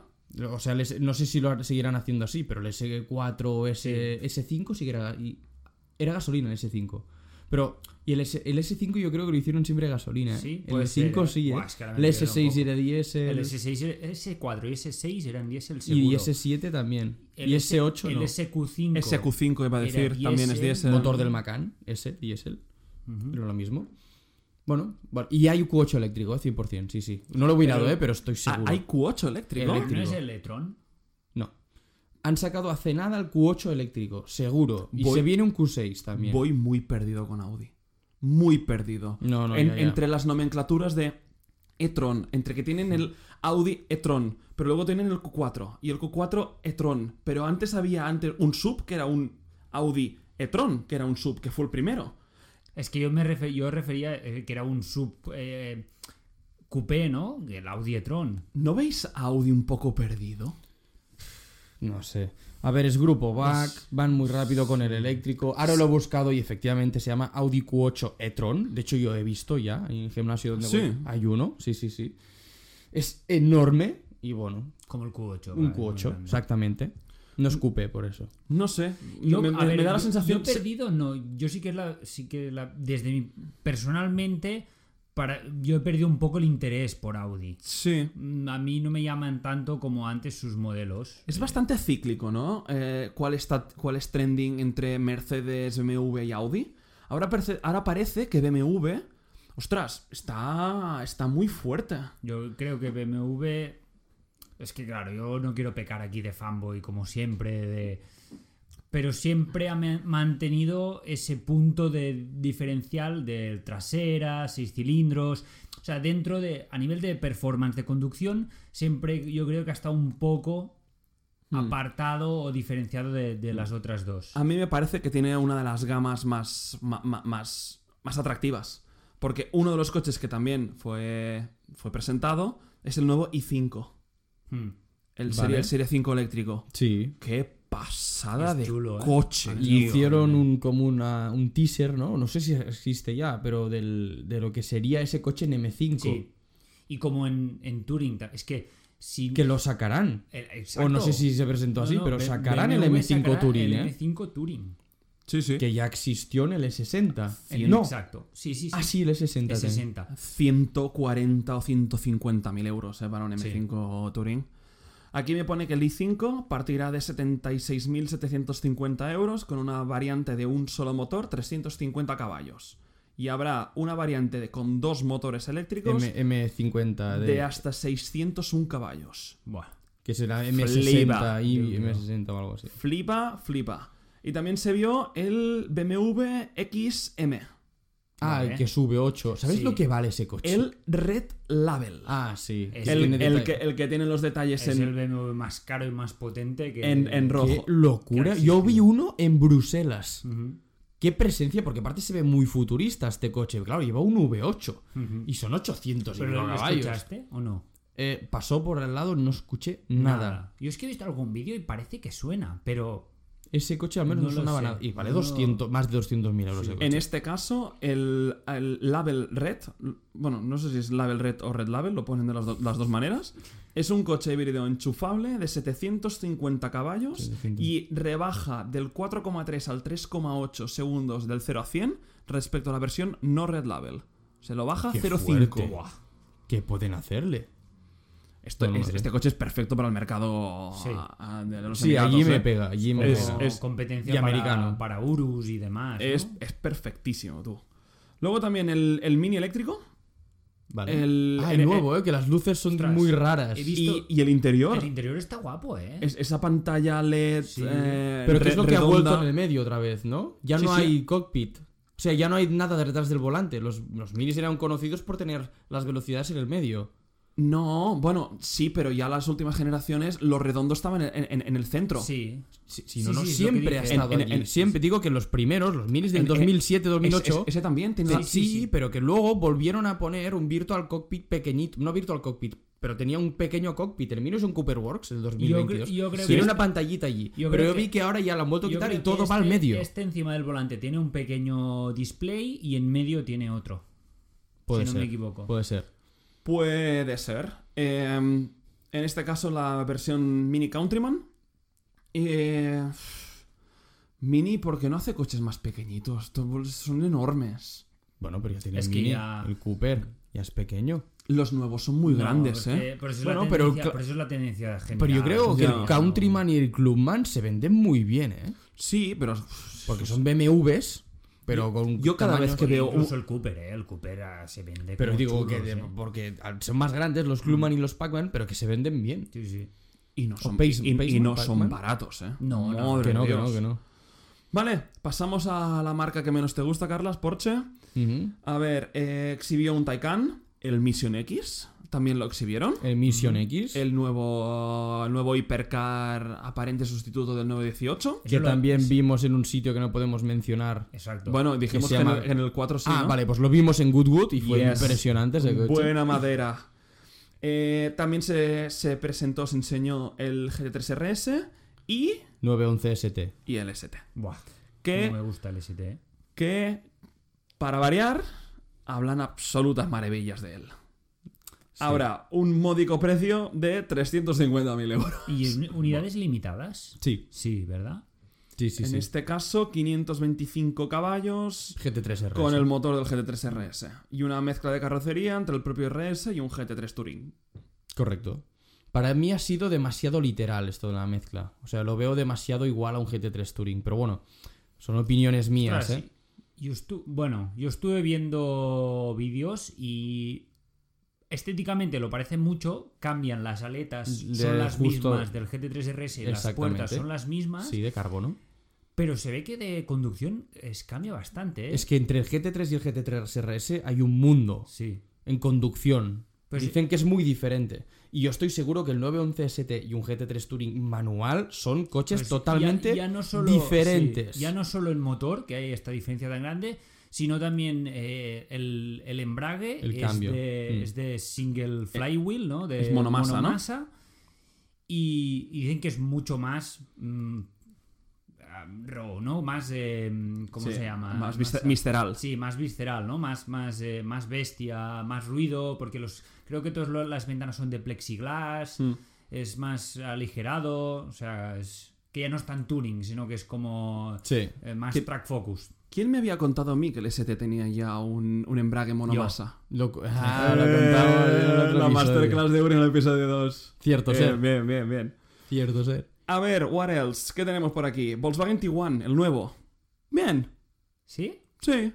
O sea, el S- no sé si lo har- seguirán haciendo así, pero el S4 o S, S5 sí que era, y- era gasolina el S5. Pero, y el, S, el S5 yo creo que lo hicieron siempre gasolina. ¿eh?
Sí,
el
puede ser,
S5
¿eh?
sí, ¿eh?
Buah, es que ahora me
el
he
S6
perdido
era diésel.
El S6, S4 y S6 eran diésel seguro.
y S7 también.
El
y
S-
S8
El
no.
SQ5.
SQ5 iba a
Era
decir, también es
diésel,
diésel.
Motor del Macan, S, diésel.
Ujú.
Pero lo mismo. Bueno, vale, y hay Q8 eléctrico, ¿eh? 100%, sí, sí. No lo he mirado,
Pero-
¿eh? Pero estoy
Ah,
seguro.
hay Q8 eléctrico.
Eléctrico.
¿No es el Electron?
No. Han sacado hace nada el Q8 eléctrico, seguro. Y
Voy-
se viene un Q6 también.
Voy muy perdido con Audi. Muy perdido.
No, no,
En-
ya, ya.
Entre las nomenclaturas de e-tron, entre que tienen el Audi e-tron, pero luego tienen el Q4 y el Q4 e-tron, pero antes había antes un sub que era un Audi e-tron, que era un sub que fue el primero.
Es que yo me refer- yo refería eh, que era un sub eh, coupé, ¿no? El Audi e-tron.
¿No veis a Audi un poco perdido?
No sé. A ver, es grupo VAC, van muy rápido con el eléctrico. Ahora lo he buscado y efectivamente se llama Audi Q8 e-tron. De hecho, yo he visto ya en el gimnasio donde
Sí.
voy, hay uno. Sí, sí, sí. Es enorme y bueno,
Como el
un
Q8. vale, muy
Q8,
grande.
exactamente. No escupe por eso.
No sé,
Yo,
me,
a
me-
ver,
me da la
yo-
sensación...
Yo perdido, no. Yo sí que la. Sí que la desde mi. Personalmente, para, yo he perdido un poco el interés por Audi.
Sí.
Mm, A mí no me llaman tanto como antes sus modelos.
Es bastante cíclico, ¿no? Eh, ¿cuál, está, ¿Cuál es trending entre Mercedes, BMW y Audi? Ahora, parece, ahora parece que BMW, ostras, está, está muy fuerte.
Yo creo que BMW. Es que claro, yo no quiero pecar aquí de fanboy como siempre, de. Pero siempre ha me- mantenido ese punto de diferencial del trasera, seis cilindros. O sea, dentro de. A nivel de performance de conducción, siempre yo creo que ha estado un poco
Hmm.
apartado o diferenciado de, de las otras dos.
Ah,
A mí me parece que tiene una de las gamas más, ma- ma- más, más atractivas. Porque uno de los coches que también fue, fue presentado es el nuevo i5,
Hmm.
el
Vale.
Serie, el serie 5 eléctrico.
Sí.
¡Qué pasada
Es
de
chulo, ¿eh?
coche!
Y
tío.
hicieron un, como una- un teaser, ¿no? No sé si existe ya, pero del- de lo que sería ese coche en M5.
Sí. Y como en, en Turing, ta- es que si.
Que lo sacarán.
el-
O no sé
exacto.
si se presentó así,
No, no,
pero
B-
sacarán el
BMW
M5
sacará
Touring,
El
¿eh?
M5 Touring.
Sí, sí.
Que ya existió en el E E60.
El-
no,
Exacto. Sí, sí, sí.
ah, sí, el E60.
El
también.
60.
140 o 150 mil euros eh, para un M5 Touring. Aquí me pone que el i5 partirá de 76.750 euros con una variante de un solo motor, 350 caballos. Y habrá una variante de- con dos motores eléctricos
M, 50 de,
de hasta 601 caballos.
Buah.
que será M60
Flipa.
y M60 o algo así.
Flipa, flipa. Y también se vio el BMW XM.
Ah, el
Vale.
que sube 8. ¿Sabéis
Sí.
lo que vale ese coche?
El Red Label.
Ah, sí.
Es
que
el,
tiene
el
detalle.
que, el que tiene los detalles
Es
en,
el BMW más caro y más potente que.
en, en rojo.
Qué locura.
Casi,
Yo
sí.
vi uno en Bruselas.
Ujú,
Qué presencia, porque aparte se ve muy futurista este coche. Claro, lleva un V8
ujú.
y son 800 y
¿Pero
pico
lo
caballos.
escuchaste o no?
Eh, pasó por al lado, no escuché nada.
Yo es que he visto algún vídeo y parece que suena, pero.
Ese coche al menos
No
no,
lo
sonaba
sé.
nada. Y vale
No.
200, más de 200.000 euros.
Sí.
el coche.
En este caso, el, el label red, bueno, no sé si es label red o red label, lo ponen de las, do- las dos maneras, es un coche híbrido enchufable de 750 caballos
750.
y rebaja del 4,3 al 3,8 segundos del 0 a 100 respecto a la versión no red label. Se lo baja
Qué
0,5.
fuerte. ¿Qué pueden hacerle?
Esto-
No, no
es-
sé.
este coche es perfecto para el mercado
Sí.
ah, de los
Sí,
Emiratos,
allí
¿eh?
me pega. Allí me
Es-
pega.
Como
es-
competencia
y
para,
americano.
para Urus y demás. ¿no?
Es, es perfectísimo, tú. Luego también el, el mini eléctrico
Vale.
el-
ah,
en-
el nuevo, eh, que las luces son
Ostras,
muy raras.
he visto-
y, y el interior.
El interior está guapo, ¿eh?
Es- esa pantalla LED.
Sí.
eh,
Pero que
re-
es lo que ha
redonda.
vuelto en el medio otra vez, ¿no? Ya
Sí,
no
sí.
hay cockpit. O sea, ya no hay nada detrás del volante. Los, los minis eran conocidos por tener las velocidades en el medio.
No, bueno, sí, pero ya las últimas generaciones, los redondos estaban en, en- en el centro.
Sí.
Si, si no,
Sí,
no,
sí, es lo que
siempre ha
dice.
estado
En- en-
allí.
en-
siempre digo que los primeros, los minis del
En- en-
2007,
Es-
2008.
es- ese también tiene.
sí, sí, pero que luego volvieron a poner un virtual cockpit pequeñito. No virtual cockpit, pero tenía un pequeño cockpit. El mío es un Cooper Works del
Yo,
2022.
cre- yo creo
Tiene
que.
una pantallita allí.
yo
pero
creo
yo vi
que-
que ahora ya la han vuelto a
yo
quitar
creo
y
que
todo va al
este-
medio.
Este encima del volante tiene un pequeño display y en medio tiene otro.
Puede
si no
ser,
me equivoco.
Puede ser.
Puede ser. Eh, en este caso, la versión Mini Countryman. Eh, mini, porque no hace coches más pequeñitos. Todos Son enormes.
Bueno, pero ya tiene
Es
el
que
Mini,
ya-
el Cooper, ya es pequeño.
Los nuevos son muy
No,
grandes,
porque-
¿eh?
Por eso,
Bueno,
es la
pero
tendencia-
cla-
por eso es la tendencia general.
Pero yo creo que
ya.
el Countryman y el Clubman se venden muy bien, ¿eh?
Sí, pero.
Porque son BMWs, pero con
yo cada vez
tamaños-
que veo-
Incluso el Cooper, ¿eh? El Cooper ah, se vende.
Pero
como
digo
chulos,
que de-
¿eh?
porque al- son más grandes los Clubman y los Pac-Man, pero que se venden bien.
Sí, sí.
Y no son,
Pace-
y- y
Paceman,
no son
Paceman.
baratos, ¿eh?
No, no,
Madre
que no,
Dios.
que no,
Vale, pasamos a la marca que menos te gusta, Carlas, Porsche.
que no. Ujú.
A ver, eh, exhibió un Taycan, el Mission X, también lo exhibieron.
El Mission X,
El nuevo, el nuevo hipercar aparente sustituto del 918.
que
Eso lo-
también vimos en un sitio que no podemos mencionar.
Exacto.
Bueno, dijimos
se
que en
llama-
el, en el 4 sí,
ah,
¿no?
vale, pues lo vimos en Goodwood y fue
Yes.
impresionante ese coche.
Buena madera. Eh, también se, se presentó, se enseñó el GT3 RS y,
911 ST.
y el ST.
Buah,
Que,
cómo me gusta el ST, ¿eh?
que, para variar, hablan absolutas maravillas de él. Ahora, un módico precio de 350.000 euros.
¿Y uni- unidades limitadas?
Sí,
Sí, ¿verdad?
sí, sí.
en
sí.
este caso, 525 caballos
GT3 RS.
con el motor del GT3 RS. Y una mezcla de carrocería entre el propio RS y un GT3 Touring.
Correcto. Para mí ha sido demasiado literal esto de la mezcla. O sea, lo veo demasiado igual a un GT3 Touring. Pero bueno, son opiniones mías,
Ostras,
¿eh?
Yo estu- bueno, yo estuve viendo vídeos y estéticamente lo parece mucho, cambian las aletas,
Le-
son las
justo-
mismas del GT3RS, las
Exactamente.
puertas son las mismas,
Sí, de carbono.
pero se ve que de conducción es cambia bastante, ¿eh?
Es que entre el GT3 y el GT3 RS hay un mundo
Sí.
en conducción.
Pues
Dicen que es muy diferente. Y yo estoy seguro que el 911 ST y un GT3 Touring manual son coches
Pues
totalmente
ya- ya no solo-
diferentes.
sí, ya no solo el motor, que hay esta diferencia tan grande, sino también eh, el, el embrague.
El
es
cambio.
De,
Mm.
Es de single flywheel, ¿no? De
es monomasa, ¿no?
monomasa. Y, y dicen que es mucho más. mm, ah, raw, ¿no? Más. eh, ¿Cómo
Sí,
se llama?
Más visce- misteral.
Sí, más visceral, ¿no? Más, más, eh, más bestia, más ruido, porque los creo que todas lo- las ventanas son de plexiglass,
Mm.
es más aligerado, o sea, es que ya no es tan tuning, sino que es como
Sí.
eh, más
Que-
track focus.
¿Quién me había contado a mí que el ST tenía ya un, un embrague monomasa?
Lo, ah, lo
Eh,
contamos en el otro
la
episodio.
masterclass Eh, de Uri en el episodio 2.
Cierto
Bien,
ser.
bien, bien, bien.
Cierto ser.
A ver, what else? ¿Qué tenemos por aquí? Volkswagen Tiguan, el nuevo. Bien,
¿Sí?
sí.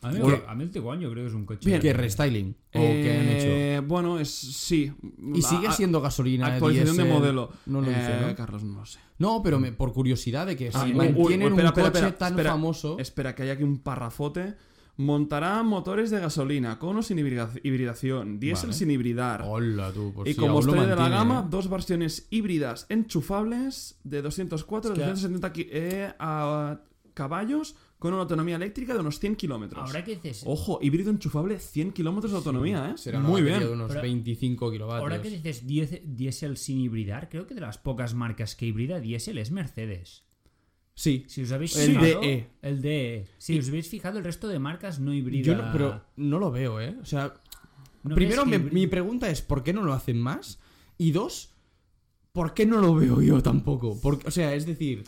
A mí,
Bueno.
a mí el Tiguan yo creo que es un coche.
Bien.
¿Qué restyling? ¿O Oh, qué han hecho?
Eh, Bueno, es sí.
Y sigue
A-
siendo gasolina.
actualización de
diésel.
modelo.
No lo dice,
Eh,
¿no?
Carlos, no lo sé.
No, pero me- por curiosidad de que
Ah,
si
uy, uy,
mantienen
uy, espera,
un coche
espera,
tan
espera.
famoso.
Espera, que hay aquí un parrafote. Montará motores de gasolina, con o sin hibrida- hibridación, diésel
Vale.
sin hibridar.
Hola, tú. pues
y
sí,
como
aún lo
estrella de la
mantiene,
gama,
¿eh?
dos versiones híbridas enchufables de 204
Hostia.
270 ki- eh, a caballos con una autonomía eléctrica de unos 100 kilómetros.
Ahora que dices,
Oh,
Ojo, híbrido enchufable, 100 kilómetros de autonomía, ¿eh?
Será una
Muy
batería
bien.
De unos
Pero-
25 kilovatios.
ahora que dices diez- diésel sin hibridar, creo que de las pocas marcas que hibrida diésel es Mercedes.
Sí.
Si os habéis
El
fijado,
DE.
el DE. Si os habéis fijado, el resto de marcas no hibrida.
Yo no, pero no lo veo, ¿eh? O sea,
¿No
primero
ves
me-
que hibri-
mi pregunta es ¿por qué no lo hacen más? Y dos, ¿por qué no lo veo yo tampoco? Porque, o sea, es decir,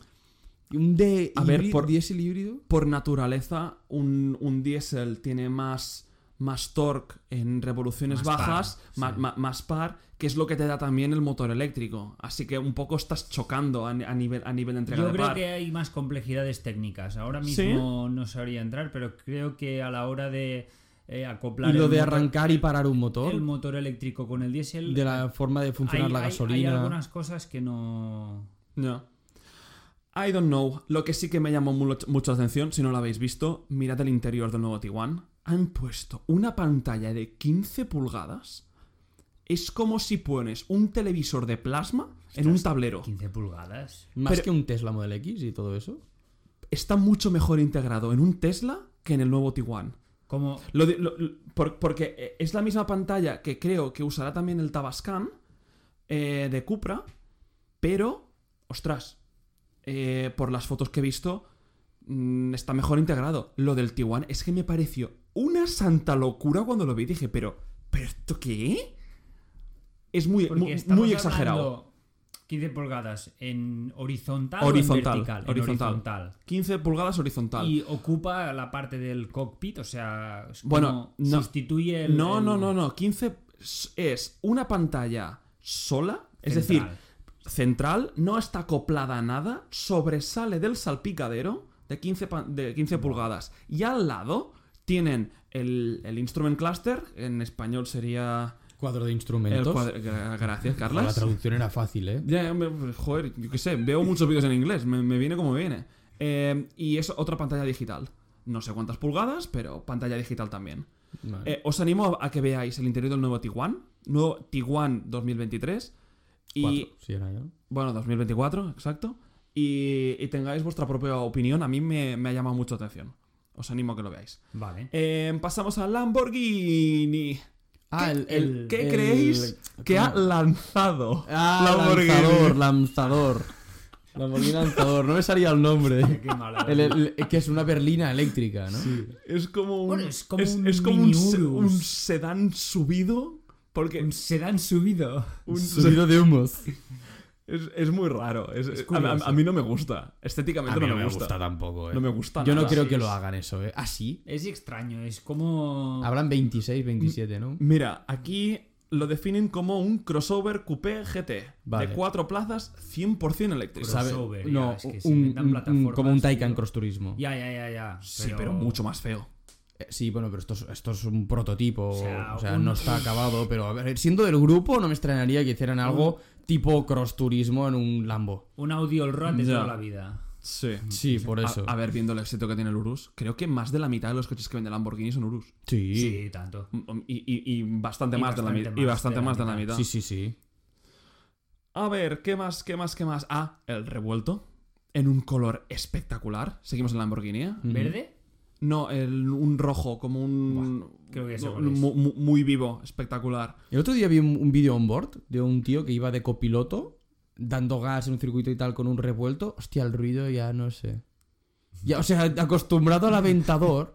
un de
A ver,
híbrido-
por-
diésel híbrido.
Por naturaleza, un, un diésel tiene más, más torque en revoluciones
Más
bajas,
par,
ma-
sí.
ma- más par, que es lo que te da también el motor eléctrico. Así que un poco estás chocando a, ni- a nivel, a nivel de entrega
Yo
de
creo
par.
que hay más complejidades técnicas. Ahora
¿Sí?
mismo no sabría entrar, pero creo que a la hora de eh, acoplar
Y lo
el
de
motor-
arrancar y parar un motor.
el motor eléctrico con el diésel,
De la forma de funcionar
hay-
la
hay-
gasolina.
Hay algunas cosas que no.
No. I don't know. Lo que sí que me llamó mucho, mucho atención, si no lo habéis visto, mirad el interior del nuevo Tiguan. Han puesto una pantalla de 15 pulgadas. Es como si pones un televisor de plasma en un tablero.
15 pulgadas.
Más
pero-
que un Tesla Model X y todo eso.
Está mucho mejor integrado en un Tesla que en el nuevo Tiguan.
Como.
Lo de- lo- lo- por- porque eh, es la misma pantalla que creo que usará también el Tabascan eh, de Cupra, pero, ostras, eh, por las fotos que he visto, mm, está mejor integrado. Lo del Tiguan es que me pareció una santa locura cuando lo vi. Dije, pero, ¿pero esto qué? Es muy,
Porque
muy,
estamos
muy exagerado.
hablando 15 pulgadas en
Horizontal,
horizontal, o en vertical. En
horizontal.
horizontal.
15 pulgadas horizontal.
Y ocupa la parte del cockpit, o sea, es como
Bueno, no.
sustituye el.
no,
el
no, no, no. 15 s- es una pantalla sola, es decir,
central.
central, no está acoplada a nada, sobresale del salpicadero de 15, pa- de 15 pulgadas. Y al lado tienen el, el instrument cluster, en español sería...
Cuadro de
El
instrumentos.
cuadra- gra- Gracias,
La
Carlas.
traducción era fácil, ¿eh?
Ya, me- joder, yo qué sé, veo muchos vídeos en inglés, me, me viene como me viene. Eh, y es otra pantalla digital. No sé cuántas pulgadas, pero pantalla digital también.
Vale.
Eh, os animo a que veáis el interior del nuevo Tiguan, nuevo Tiguan 2023. Y
Cuatro, sí, era yo.
bueno, 2024, exacto. Y, y tengáis vuestra propia opinión. A mí me, me ha llamado mucho atención. Os animo a que lo veáis.
Vale.
Eh, pasamos al Lamborghini.
Ah, el, el-
¿Qué
el-
creéis que ha
¿cómo?
lanzado?
Ah,
Lamborghini?
lanzador, lanzador. Lamborghini lanzador, no me salía el nombre.
Qué mala.
El- el- el- que es una berlina eléctrica, ¿no?
Es como un,
Bueno, es como un
es como un,
mini
se-
Urus.
un sedán subido. Porque
Un sedán subido.
un
Subido de humos.
es, es muy raro. es- a- a,
curioso.
a mí no me gusta. Estéticamente no, me gusta. eh.
tampoco,
No me gusta
Yo no
nada.
creo que lo hagan eso, ¿eh? ¿Ah, sí?
Es extraño, es como.
Habrán 26, 27, ¿no?
Mira, aquí lo definen como un crossover coupé GT de
Vale.
cuatro plazas 100% eléctrico.
Sabe- crossover, ya,
no,
es que se
un,
inventan
un- un-
plataformas,
como un
tío.
Taycan Cross Turismo.
Ya, ya, ya, ya.
Sí, pero mucho más feo.
Eh, Sí, bueno, pero esto es, esto es un prototipo, o
sea,
sea,
un-
no está acabado, pero a ver, siendo del grupo no me extrañaría que hicieran algo tipo cross turismo en un Lambo.
Un audio all road de
Ya.
toda la vida.
Sí. Ah,
Sí, por eso.
A, a ver, viendo el éxito que tiene el Urus, creo que más de la mitad de los coches que vende Lamborghini son Urus. Mm,
sí. sí.
Sí, tanto.
Y, y- y bastante
Y
más de la
bastante
mitad. Y
más
bastante
de la
más de la
mitad.
mitad.
Sí, sí,
A ver, ¿qué más, qué más, qué más? Ah, el revuelto. En un color espectacular. Seguimos en Lamborghini.
Mm.
¿eh?
¿Verde?
No, el- un rojo, como un.
creo que sé
no,
cuál es.
mu- mu- muy vivo, espectacular.
El otro día vi un, un vídeo on board de un tío que iba de copiloto dando gas en un circuito y tal con un revuelto. Hostia, el ruido ya no sé. Ya, o sea, acostumbrado al aventador.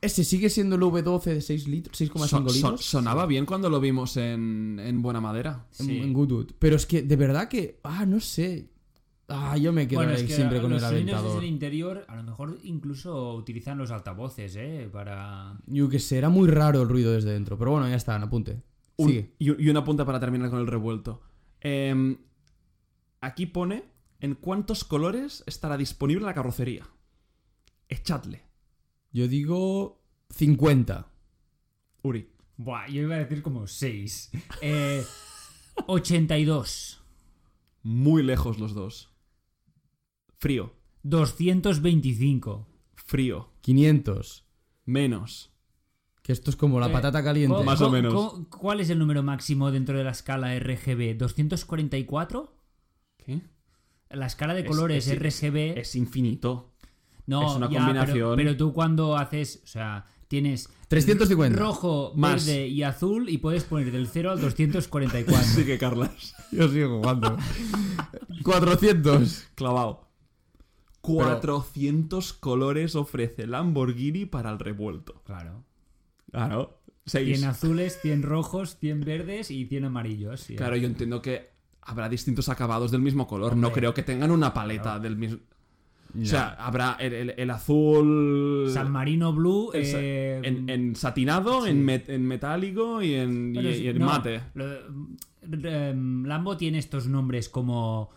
Ese sigue siendo el V12 de 6 litros, 6,5
Son-
litros.
son- sonaba bien cuando lo vimos en, en Buena Madera.
en,
Sí.
en Goodwood. Pero es que, de verdad que. Ah, no sé. Ah, yo me quedo
Bueno,
ahí
es que
siempre con
los
el
sonidos desde
aventador.
el interior, a lo mejor incluso utilizan los altavoces, ¿eh? Para.
Yo que sé, era muy raro el ruido desde dentro. Pero bueno, ya está, apunte.
Un-
Sigue.
y, y una punta para terminar con el revuelto. Em, aquí pone en cuántos colores estará disponible la carrocería. Echadle,
Yo digo 50.
Uri.
Buah, yo iba a decir como 6. Eh, 82.
Muy lejos los dos. Frío,
225.
frío.
500.
menos.
Que esto es como la
Eh,
patata caliente.
¿Cu-
Más o
cu-
menos.
cu- ¿Cuál es el número máximo dentro de la escala RGB? ¿244?
¿Qué?
La escala de
Es-
colores
es-
RGB.
Es infinito.
no,
es una
ya, pero-
combinación.
Pero, tú cuando haces. O sea, tienes.
350.
Rojo,
Más.
verde y azul y puedes poner del 0 al 244.
Así que, Carlas,
Yo sigo jugando. 400.
clavado. 400 colores ofrece Lamborghini para el revuelto.
Claro.
Claro.
100
Seis.
azules, 100 rojos, 100 verdes y 100 amarillos. sí.
Claro, yo entiendo que habrá distintos acabados del mismo color. No creo que tengan una paleta del mismo. O sea, habrá el, el- el azul.
San Marino Blue.
el sa-
eh,
en, en satinado, en, met- en metálico y en, y-
Pero es-
y en
no,
mate.
lo- re- em, Lambo tiene estos nombres como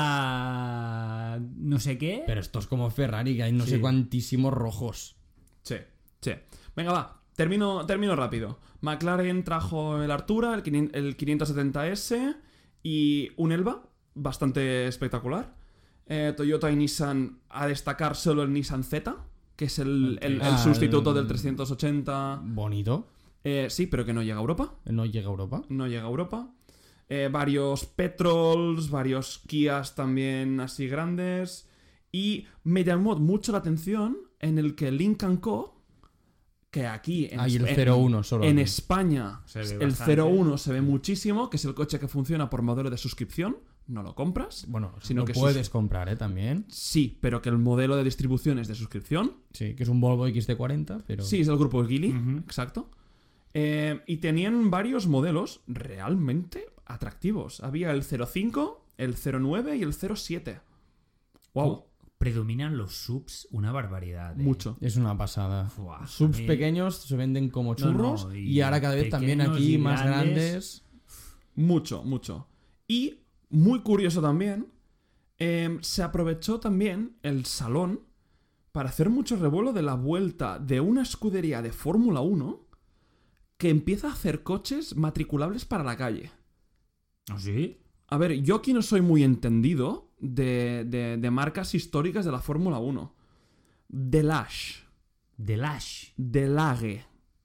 ultraviola no sé qué.
Pero esto es como Ferrari, que hay no
Sí.
sé cuantísimos rojos.
Sí, sí. Venga, va. Termino, termino rápido. McLaren trajo el Artura, el, 500 el 570S y un Elba, bastante espectacular. Eh, Toyota y Nissan a destacar solo el Nissan Z, que es el, el- el
Ah,
sustituto
el-
del 380.
Bonito.
Eh, sí, pero que no llega a Europa.
No llega a Europa.
No llega a Europa. Eh, varios Petrols, varios Kias también así grandes. Y me llamó mucho la atención en el que Lincoln Co., que aquí en,
Hay el
Espa-
01 solo.
en
aquí.
España
Se ve
el
bastante.
01 se ve muchísimo, que es el coche que funciona por modelo de suscripción, no lo compras.
Bueno,
sino
lo
que
puedes comprar, ¿eh? También.
Sí, pero que el modelo de distribución es de suscripción.
Sí, que es un Volvo XT40, pero...
Sí, es del grupo Gili,
Ujú.
exacto. Eh, y tenían varios modelos realmente atractivos. Había el 05, el 09 y el 07. Wow,
Predominan los subs una barbaridad. eh.
mucho.
Es una pasada.
Buah,
Subs
a mí-
pequeños se venden como
No, no,
churros
y
y, ahora cada vez también
pequeños
aquí
y
más
grandes.
grandes.
Mucho, mucho. Y, muy curioso también, eh, se aprovechó también el salón para hacer mucho revuelo de la vuelta de una escudería de Fórmula 1 que empieza a hacer coches matriculables para la calle.
¿Ah, sí?
A ver, yo aquí no soy muy entendido de, de- de marcas históricas de la Fórmula 1. Delage.
The Lash.
Delage.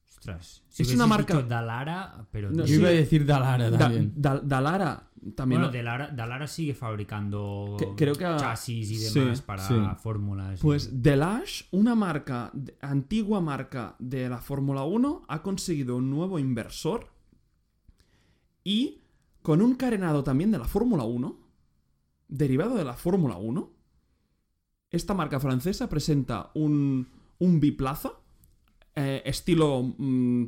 Ostras.
Es
hubiese
una marca-
dicho Dalara, pero.
No,
Yo
tío.
sí.
iba a decir Dalara
Da-
también.
Da- Dalara también.
Bueno,
¿no?
Dalara, Dalara sigue fabricando
Que- creo que a-
chasis y
sí,
demás para
sí.
fórmulas. y-
Pues Delage, una marca, de- antigua marca de la Fórmula 1, ha conseguido un nuevo inversor y con un carenado también de la Fórmula 1, derivado de la Fórmula 1, esta marca francesa presenta un, un biplaza, eh, estilo, mm,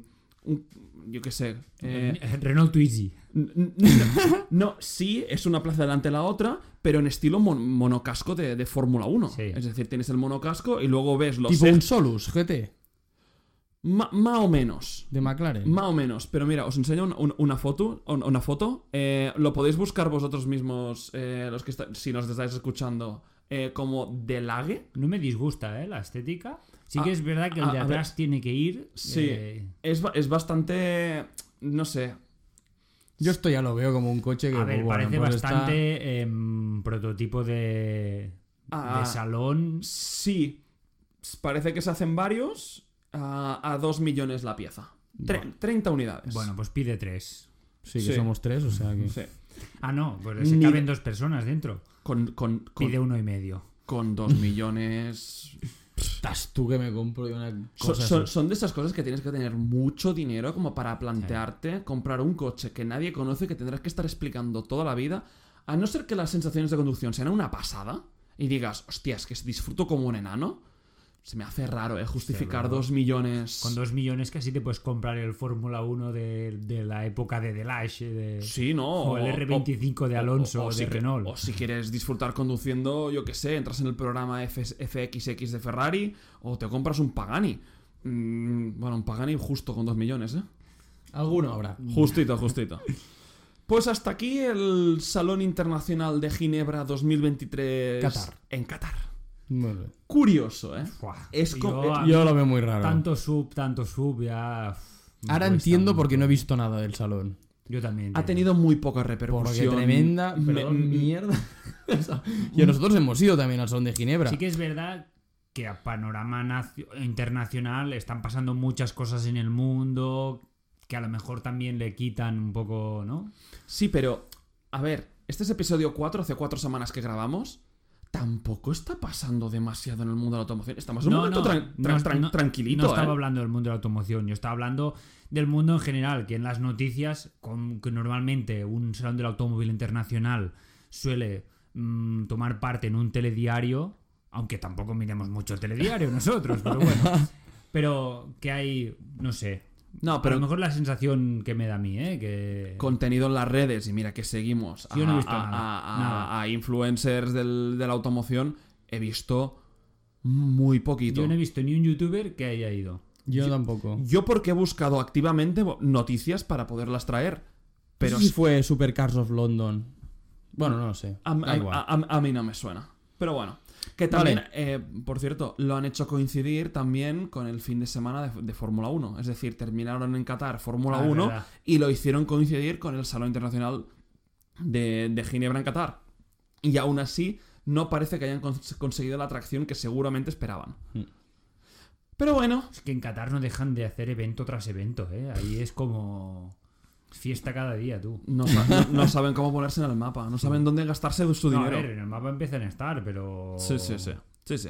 un- yo qué sé, eh,
Renault Twizy.
N- n- No, no, sí, es una plaza delante de la otra, pero en estilo mon- monocasco de, de Fórmula 1.
Sí.
Es decir, tienes el monocasco y luego ves los...
Tipo
ejes-
un Solus GT
Ma- Más o menos.
de McLaren.
Más o menos. Pero mira, os enseño un- un- una foto. un- Una foto. Eh, lo podéis buscar vosotros mismos, eh, los que está- si nos estáis escuchando, eh, como Delague.
No me disgusta, ¿eh? La estética. Sí que
Ah,
es verdad que el
a-
de
a ver.
atrás tiene que ir.
Sí.
eh,
Es, ba- es bastante... No sé.
Yo esto ya lo veo como un coche que
a ver,
bueno,
parece
pues está-
bastante em, prototipo de,
Ah.
de salón.
Sí. Parece que se hacen varios a, a 2 millones la pieza. Tre- 30 unidades.
Bueno, pues pide tres.
Sí, que
Sí.
somos tres, o sea que...
Sí.
Ah, no, pues se
Ni-
caben dos personas dentro.
Con, con, con,
Pide uno y medio.
con dos millones.
Estás tú que me compro yo una
son,
cosa
son-
así.
son de esas cosas que tienes que tener mucho dinero como para plantearte comprar un coche que nadie conoce, que tendrás que estar explicando toda la vida. A no ser que las sensaciones de conducción sean una pasada y digas, hostias, que disfruto como un enano. Se me hace raro, ¿eh? Justificar
raro.
dos millones.
Con dos millones casi te puedes comprar el Fórmula 1 de, de la época de Delage. De...
Sí, no.
O el R25 de
o-
Alonso o de
si que-
Renault.
o si quieres disfrutar conduciendo, yo qué sé, entras en el programa F- FXX de Ferrari o te compras un Pagani. Mm, bueno, un Pagani justo con 2 millones, ¿eh?
Alguno habrá.
Justito, justito. Pues hasta aquí el Salón Internacional de Ginebra 2023
Qatar.
en Qatar.
Muy bien.
Curioso, ¿eh?
Buah,
Es
yo
co-
a-
Yo lo veo muy raro.
Ah, Tanto sub, tanto sub, ya. uf, me
Ahora
cuesta
entiendo
un
por qué no he
montón.
visto nada del salón.
Yo también.
Ha
tío.
tenido muy poca
Porque
repercusión.
tremenda
Me-
perdón, mierda. y nosotros hemos ido también al Salón de Ginebra.
Sí que es verdad que a panorama nacio- internacional están pasando muchas cosas en el mundo que a lo mejor también le quitan un poco, ¿no?
Sí, pero, a ver, este es episodio 4, hace cuatro semanas que grabamos. Tampoco está pasando demasiado en el mundo de la automoción. Estamos en un
No,
momento
no,
tran-
no,
tran- tran-
no,
tranquilito.
no estaba
¿eh?
hablando del mundo de la automoción, yo estaba hablando del mundo en general, que en las noticias, con, que normalmente un salón del automóvil internacional suele mm, tomar parte en un telediario, aunque tampoco miremos mucho telediario nosotros, pero bueno. Pero que hay, no sé,
No,
pero a
pero
lo mejor la sensación que me da a mí, ¿eh? Que...
contenido en las redes y mira que seguimos
Yo no he visto
a, a-
nada,
a-
nada.
a influencers del- de la automoción, he visto muy poquito.
Yo no he visto ni un youtuber que haya ido.
Yo, tampoco.
Yo porque he buscado activamente bo- noticias para poderlas traer, pero
Pero si fue Supercars of London. Bueno, no lo sé.
a,
Da
a-
igual.
a- a mí no me suena. Pero bueno, que también, eh, por cierto, lo han hecho coincidir también con el fin de semana de, de Fórmula 1. Es decir, terminaron en Qatar Fórmula
Ah,
1
verdad.
y lo hicieron coincidir con el Salón Internacional de, de Ginebra en Qatar. Y aún así, no parece que hayan cons- conseguido la atracción que seguramente esperaban.
Mm.
Pero bueno,
Es que en Qatar no dejan de hacer evento tras evento, ¿eh? Ahí es como fiesta cada día, tú.
no, sa- no- no saben cómo ponerse en el mapa, no saben dónde gastarse su
Mm. No, a
dinero.
ver, en el mapa empiezan a estar, pero...
Sí, sí, sí, sí, sí.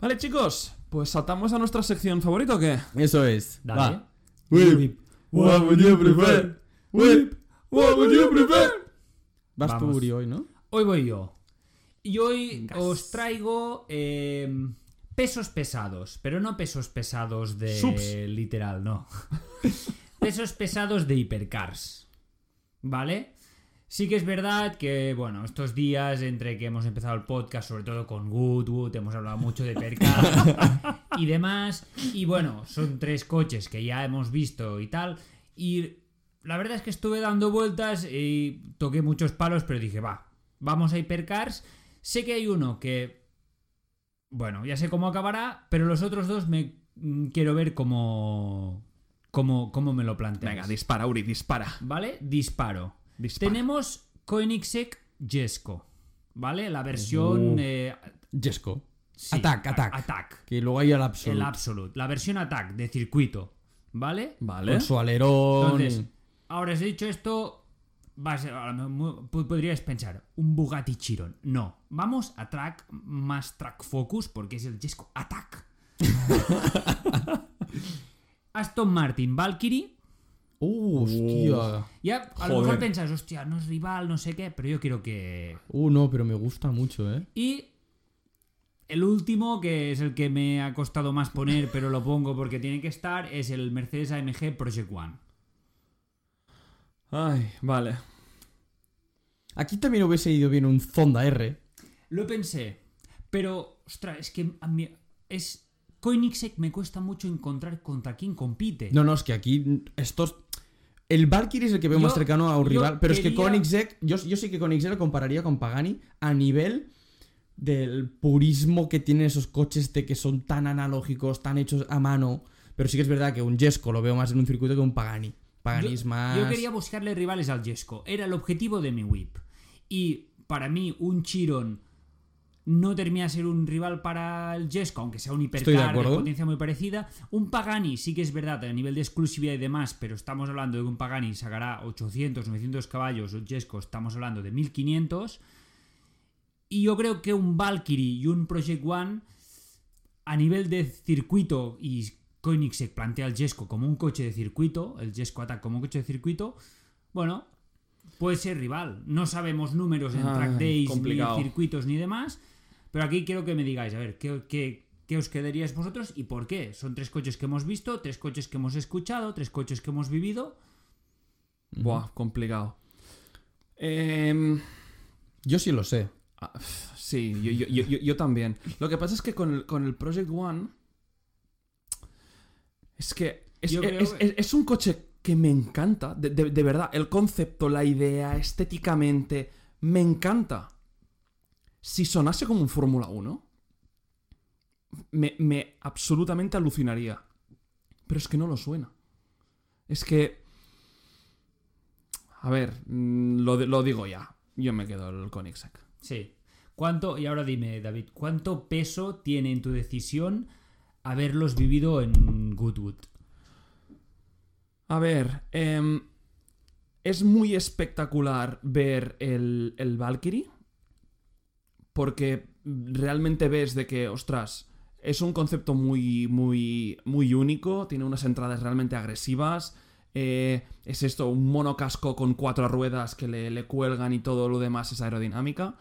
Vale, chicos, pues saltamos a nuestra sección favorita o qué?
Eso es.
Dale.
Va.
ah. Whip.
What would you prefer? Whip.
What would you prefer?
Vas tú,
Vamos.
Uri, hoy, ¿no?
Hoy voy yo. Y hoy
Vengas.
os traigo eh, pesos pesados, pero no pesos pesados de
Subs.
literal, no. pesos pesados de hipercars. ¿Vale? Sí que es verdad que, bueno, estos días entre que hemos empezado el podcast, sobre todo con Goodwood, hemos hablado mucho de hipercars y demás. Y bueno, son tres coches que ya hemos visto y tal. Y la verdad es que estuve dando vueltas y toqué muchos palos, pero dije, va, vamos a hipercars. Sé que hay uno que. Bueno, ya sé cómo acabará, pero los otros dos me mm, quiero ver cómo. cómo, cómo me lo plantean.
Venga, dispara, Uri, dispara.
¿Vale? Disparo.
dispara.
Tenemos Koenigsegg Jesko. ¿Vale? La versión.
Uh.
eh,
Jesco.
sí,
Attack,
a-
attack.
Attack.
Que luego hay el Absolute.
El Absolute. La versión Attack de circuito. ¿Vale?
Vale.
Con su alerón.
Entonces,
y-
ahora os he dicho esto, va a ser- a lo mejor po- podrías pensar, un Bugatti Chiron. No, vamos a track más track focus porque es el Jesco Attack. Aston Martin Valkyrie.
Uh, hostia.
Ya, a lo mejor
Joder.
pensás, hostia, no es rival, no sé qué, pero yo quiero que...
Uh, no, pero me gusta mucho, ¿eh?
Y el último, que es el que me ha costado más poner, pero lo pongo porque tiene que estar, es el Mercedes AMG Project One.
Ay, vale.
Aquí también hubiese ido bien un Zonda R.
Lo pensé, pero, ostras, es que a mí es... Koenigsegg me cuesta mucho encontrar contra quién compite.
No, no, es que aquí estos... El Valkyrie es el que veo
Yo-
más cercano a un
yo
rival, pero es que
quería-
Koenigsegg, yo, yo sí que Koenigsegg lo compararía con Pagani a nivel del purismo que tienen esos coches de que son tan analógicos, tan hechos a mano, pero sí que es verdad que un Jesco lo veo más en un circuito que un Pagani. Pagani
yo,
es más...
yo quería buscarle rivales al Jesco, era el objetivo de mi whip. Y para mí un Chiron no termina de ser un rival para el Jesco, aunque sea un
de
hipercar de
acuerdo.
potencia muy parecida. Un Pagani sí que es verdad a nivel de exclusividad y demás, pero estamos hablando de que un Pagani sacará 800, 900 caballos, un Jesco estamos hablando de 1500. Y yo creo que un Valkyrie y un Project One, a nivel de circuito, y Koenigsegg plantea el Jesco como un coche de circuito, el Jesco Attack como un coche de circuito, bueno, puede ser rival. No sabemos números en
Ay,
track days,
complicado.
ni circuitos, ni demás. Pero aquí quiero que me digáis, a ver, ¿qué, qué, qué os quedaríais vosotros y por qué? Son tres coches que hemos visto, tres coches que hemos escuchado, tres coches que hemos vivido.
Buah, complicado. Em,
Yo sí lo sé.
ah, pf, sí, yo, yo- yo- yo- yo también. Lo que pasa es que con el, con el Project One. Es que. Es,
Yo
es-
creo
es-
que-
es- es un coche que me encanta. De, de- de verdad, el concepto, la idea, estéticamente. Me encanta. Si sonase como un Fórmula 1. Me, me absolutamente alucinaría. Pero es que no lo suena. Es que. A ver, mm, lo, de- lo digo ya. Yo me quedo el Koenigsegg.
Sí. ¿Cuánto, y ahora dime, David, cuánto peso tiene en tu decisión haberlos vivido en Goodwood?
A ver, em, es muy espectacular ver el, el Valkyrie. Porque realmente ves de que, ostras, es un concepto muy, muy, muy único. Tiene unas entradas realmente agresivas. eh, es esto, un monocasco con cuatro ruedas que le, le cuelgan y todo lo demás es aerodinámica.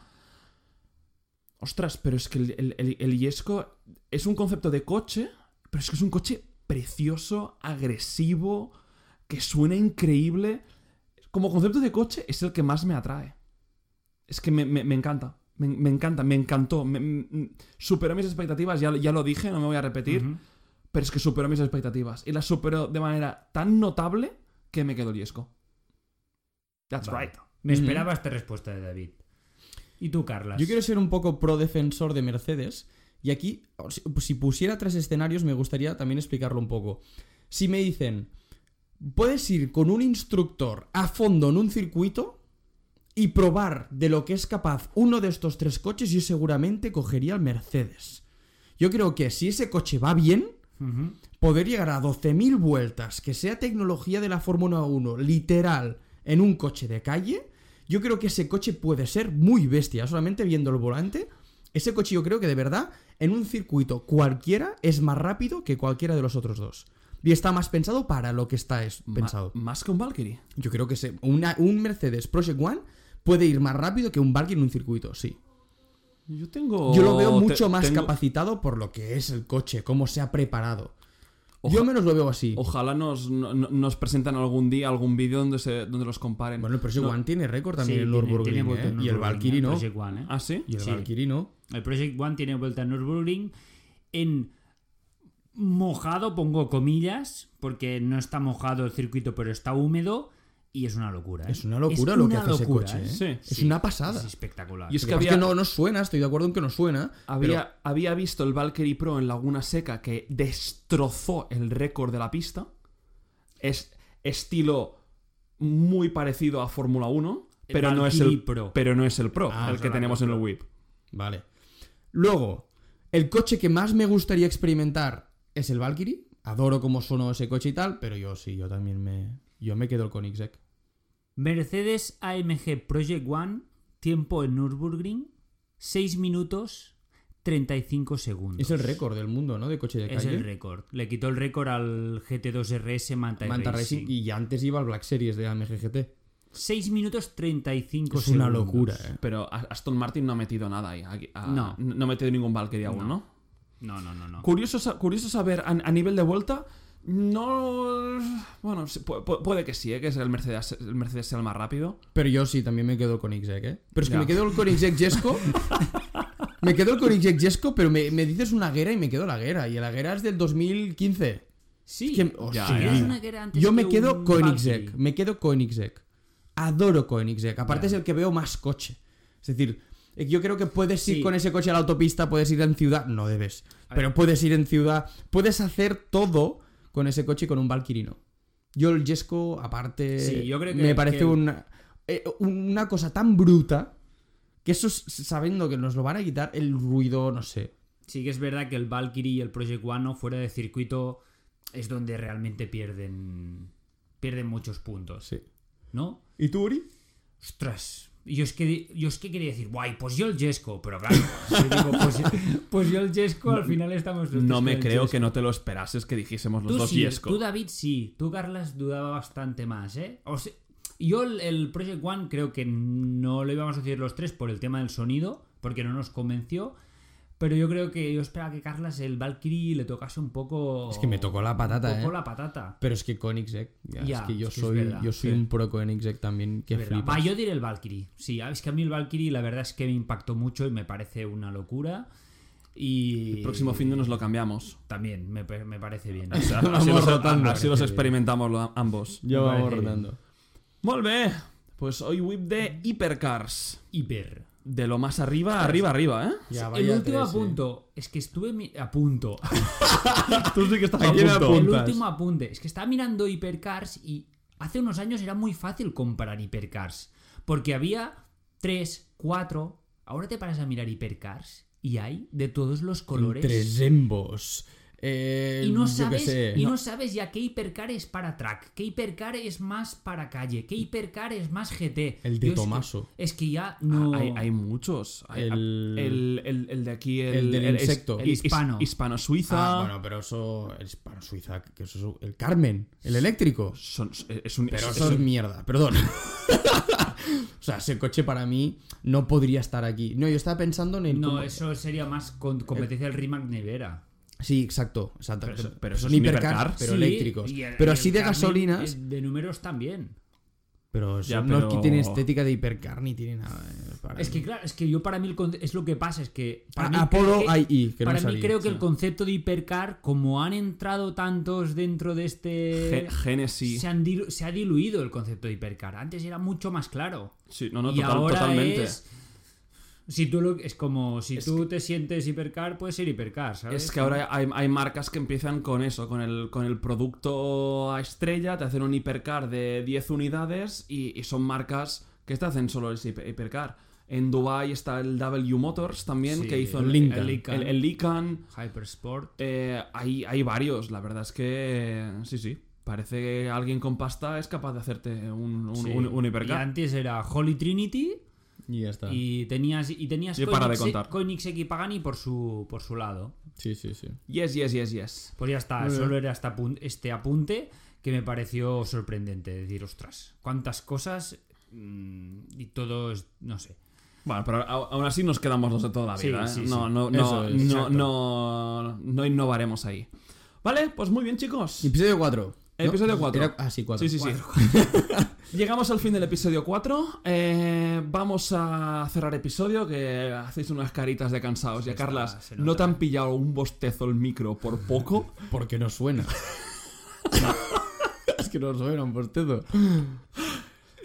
Ostras, pero es que el, el- el- el Yesco es un concepto de coche, pero es que es un coche precioso, agresivo, que suena increíble. Como concepto de coche es el que más me atrae. Es que me, me- me encanta, me, me encanta, me encantó. me- me- superó mis expectativas, ya, ya lo dije, no me voy a repetir,
Ujú.
pero es que superó mis expectativas. Y las superó de manera tan notable que me quedó el Yesco. That's
Vale.
right.
Me
Ujú.
esperaba esta respuesta de David. ¿Y tú, Carlas?
Yo quiero ser un poco pro defensor de Mercedes y aquí, si- pues, si pusiera tres escenarios, me gustaría también explicarlo un poco. Si me dicen, puedes ir con un instructor a fondo en un circuito y probar de lo que es capaz uno de estos tres coches, yo seguramente cogería el Mercedes. Yo creo que si ese coche va bien,
Ujú.
poder llegar a 12.000 vueltas, que sea tecnología de la Fórmula 1, literal, en un coche de calle, yo creo que ese coche puede ser muy bestia. Solamente viendo el volante, ese coche yo creo que de verdad, en un circuito cualquiera, es más rápido que cualquiera de los otros dos. Y está más pensado para lo que está es
Ma-
pensado.
más que un Valkyrie.
Yo creo que se- una- un Mercedes Project One puede ir más rápido que un Valkyrie en un circuito, sí.
Yo tengo.
Yo lo veo
te-
mucho más
tengo-
capacitado por lo que es el coche, cómo se ha preparado.
Oja-
Yo menos lo veo así.
Ojalá nos, no- no- nos presentan algún día algún vídeo donde, se- donde los comparen.
Bueno, el Project One tiene récord también
Sí,
en
tiene- tiene
Nürburgring,
vuelta
¿eh?
en
Y el
Nürburgring,
Valkyrie
el
no.
Project One, ¿eh?
¿Ah, sí?
Y el
Sí.
Valkyrie no.
El Project One tiene vuelta a Nürburgring en mojado, pongo comillas, porque no está mojado el circuito, pero está húmedo y es una locura. ¿eh?
Es una locura lo que
una
hace ese
locura,
coche, ¿eh?
Sí.
Es una pasada.
Es espectacular.
Y es
Lo
que
que pasa
había,
es que no, no suena, estoy de acuerdo en que no suena.
había, había visto el Valkyrie Pro en Laguna Seca que destrozó el récord de la pista. Es estilo muy parecido a Fórmula 1,
El
pero no, es
Valkyrie
el,
Pro.
pero no es el Pro,
Ah, o
el
sea,
que
la
tenemos en el whip.
pero- Vale. Luego, el coche que más me gustaría experimentar es el Valkyrie. Adoro cómo sonó ese coche y tal, pero yo sí, yo también me. Yo me quedo con Koenigsegg.
Mercedes AMG Project One, tiempo en Nürburgring, 6 minutos 35 segundos.
Es el récord del mundo, ¿no? De coche de calle.
Es el récord. Le quitó el récord al GT2 RS Manta,
Manta Racing.
Racing.
Y ya antes iba al Black Series de AMGGT.
6 minutos 35
Es
Pues segundos.
una locura, ¿eh?
Pero A- Aston Martin no ha metido nada ahí. aquí- a-
No.
no ha metido ningún Valkyrie aún, ¿no?
No, no, no, no.
Curioso, sa- curioso saber a, a nivel de vuelta. No. Bueno, sí, pu- pu- puede que sí, ¿eh? que es el Mercedes, el Mercedes sea el más rápido.
Pero yo sí, también me quedo con Koenigsegg, ¿eh? Pero es que
Ya.
me quedo el Koenigsegg Jesco. me quedo el Koenigsegg Jesco, pero me, me dices una guerra y me quedo la guerra. Y la guerra es del 2015.
Sí,
Es que- o
Ya,
sea,
ya.
Es una que era antes
Yo
que
me quedo
un
Koenigsegg.
Valkyrie.
Me quedo Koenigsegg. Adoro Koenigsegg. Aparte
Ya.
es el que veo más coche. Es decir, eh, yo creo que puedes ir
Sí.
con ese coche a la autopista, puedes ir en ciudad. No debes. Pero puedes ir en ciudad. Puedes hacer todo con ese coche y con un Valkyrie no. Yo el Jesco, aparte,
Sí, yo creo que-
me parece
que-
una, eh, una cosa tan bruta que eso, s- sabiendo que nos lo van a quitar, el ruido, no sé.
Sí que es verdad que el Valkyrie y el Project One ¿no? fuera de circuito es donde realmente pierden pierden muchos puntos,
Sí.
¿no?
¿Y tú, Uri?
Ostras, yo es que yo es que quería decir, guay, pues yo el Jesco, pero claro, si digo, pues, pues yo el Jesco, al final estamos los
No
tres
me
con el
creo
Jesco.
que no te lo esperases que dijésemos los
Tú
dos
sí,
Yesco.
tú David sí, tú Carlas dudaba bastante más, ¿eh? O sea, yo el, el Project One creo que no lo íbamos a decir los tres por el tema del sonido, porque no nos convenció, pero yo creo que yo esperaba que Carlas el Valkyrie le tocase un poco...
Es que me tocó la patata,
Un poco
¿eh?
la patata.
Pero es que Koenigsegg, ya,
Ya,
es que yo
es que es
soy,
verdad,
yo soy
sí.
un pro Koenigsegg también, que
¿verdad?
flipas.
Va, yo diré el Valkyrie. Sí, es que a mí el Valkyrie la verdad es que me impactó mucho y me parece una locura. Y...
El próximo fin de nos lo cambiamos.
También, me, pa- me parece bien.
O sea,
Vamos
así los,
rotando.
así los experimentamos lo- ambos.
Ya
Vale.
vamos rotando.
Muy bien. Pues hoy whip de hipercars.
Hiper.
De lo más arriba, arriba, arriba, ¿eh?
Ya,
el
vaya
último
tres, eh.
apunto. Es que estuve mi- a punto.
Tú sí que estás
Aquí me
El
Puntas.
último apunte. Es que estaba mirando hipercars y hace unos años era muy fácil comprar hipercars. Porque había 3, 4, Ahora te paras a mirar hipercars y hay de todos los colores.
Entre Zembos. eh,
y no,
yo
sabes,
qué sé.
y no sabes ya qué hipercar es para track, qué hipercar es más para calle, qué hipercar es más GT.
El de Ah,
Yo es que-
Tomaso.
Es que ya no.
Hay, hay muchos. Hay-
El-
el, el, el de aquí, el,
el del
es-
insecto.
el
El
his-
hispano.
Hispano-suiza.
Ah, bueno, pero eso. El hispano suiza. Que eso es un- el Carmen. El eléctrico.
Son- eh, es un,
Pero
es-
eso
es
es
un-
mierda, perdón. o sea, ese coche para mí no podría estar aquí. No, yo estaba pensando en el.
No,
como-
eso sería más con competencia
Eh,
del Rimac Nevera.
Sí, exacto. exacto.
Pero eso-
Son-
pero eso
son
es un
hipercars,
hipercar.
pero
Sí,
eléctricos.
y el-
pero
y
así
el
de
Carmen,
gasolinas.
eh, De números también.
Pero,
Ya,
eso
pero-
no tiene estética de hipercar ni tiene nada. eh, para
Es
mí.
que claro, es que yo para mí el conce- es lo que pasa, es que para
A-
mí
Apolo
creo que-
IE, que no
para mí
sabía,
creo que
sí.
el concepto de hipercar, como han entrado tantos dentro de este...
Ge- Genesis.
Se, han dilu- se ha diluido el concepto de hipercar. Antes era mucho más claro.
Sí, no, no,
y
total-
ahora
totalmente.
es... Si tú lo- es como si tú te sientes hipercar, puedes ser hipercar, ¿sabes?
Es que ahora hay, hay marcas que empiezan con eso, con el, con el producto a estrella, te hacen un hipercar de 10 unidades y, y son marcas que te hacen solo ese hiper- hipercar. En Dubai está el W Motors también,
Sí,
que hizo
el
el
Lincoln.
el- el- el Lincoln.
Hypersport.
Eh, hay, hay varios, la verdad es que eh, sí, sí. Parece que alguien con pasta es capaz de hacerte un, un,
sí.
un- un
y
hipercar.
antes era Holy Trinity
Y ya está.
y tenías y tenías
Y para de
Koenigsegg-
contar.
Koenigsegg e- y Pagani por su por su lado.
Sí, sí, sí.
Yes, yes, yes, yes.
Pues ya está,
Muy bien.
solo era hasta apun- este apunte que me pareció sorprendente. Decir, ostras, cuántas cosas mm, y todo es, no sé.
Bueno, pero a- aún así nos quedamos los de toda la
Sí,
vida. ¿eh?
sí,
no,
sí.
no,
Eso
no,
es,
no,
exacto.
no, no innovaremos ahí. Vale, pues muy bien, chicos.
Episodio 4.
Episodio 4.
Ah, sí, 4.
Sí, sí, sí. Llegamos al fin del episodio 4. Eh, vamos a cerrar episodio, que hacéis unas caritas de cansados. Ya,
está,
Carlas,
se
no te
nota.
han pillado un bostezo el micro por poco.
Porque no suena. es que no suena un bostezo.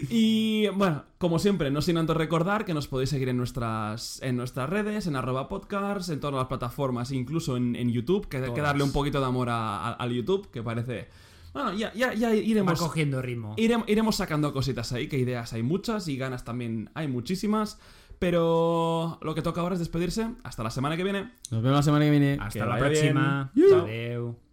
Y bueno, como siempre, no sin antes recordar que nos podéis seguir en nuestras, en nuestras redes, en arroba podcasts, en todas las plataformas, incluso en, en YouTube, que hay que
Todas.
darle un poquito de amor a- a- al YouTube, que parece... Bueno, ya, ya, ya
Va
iremos...
cogiendo ritmo.
Irem- iremos sacando cositas ahí, que ideas hay muchas y ganas también hay muchísimas. Pero lo que toca ahora es despedirse. Hasta la semana que viene.
Nos vemos la semana que viene.
Hasta
que
la
vaya bien.
próxima.
Yuhu.
Adeu.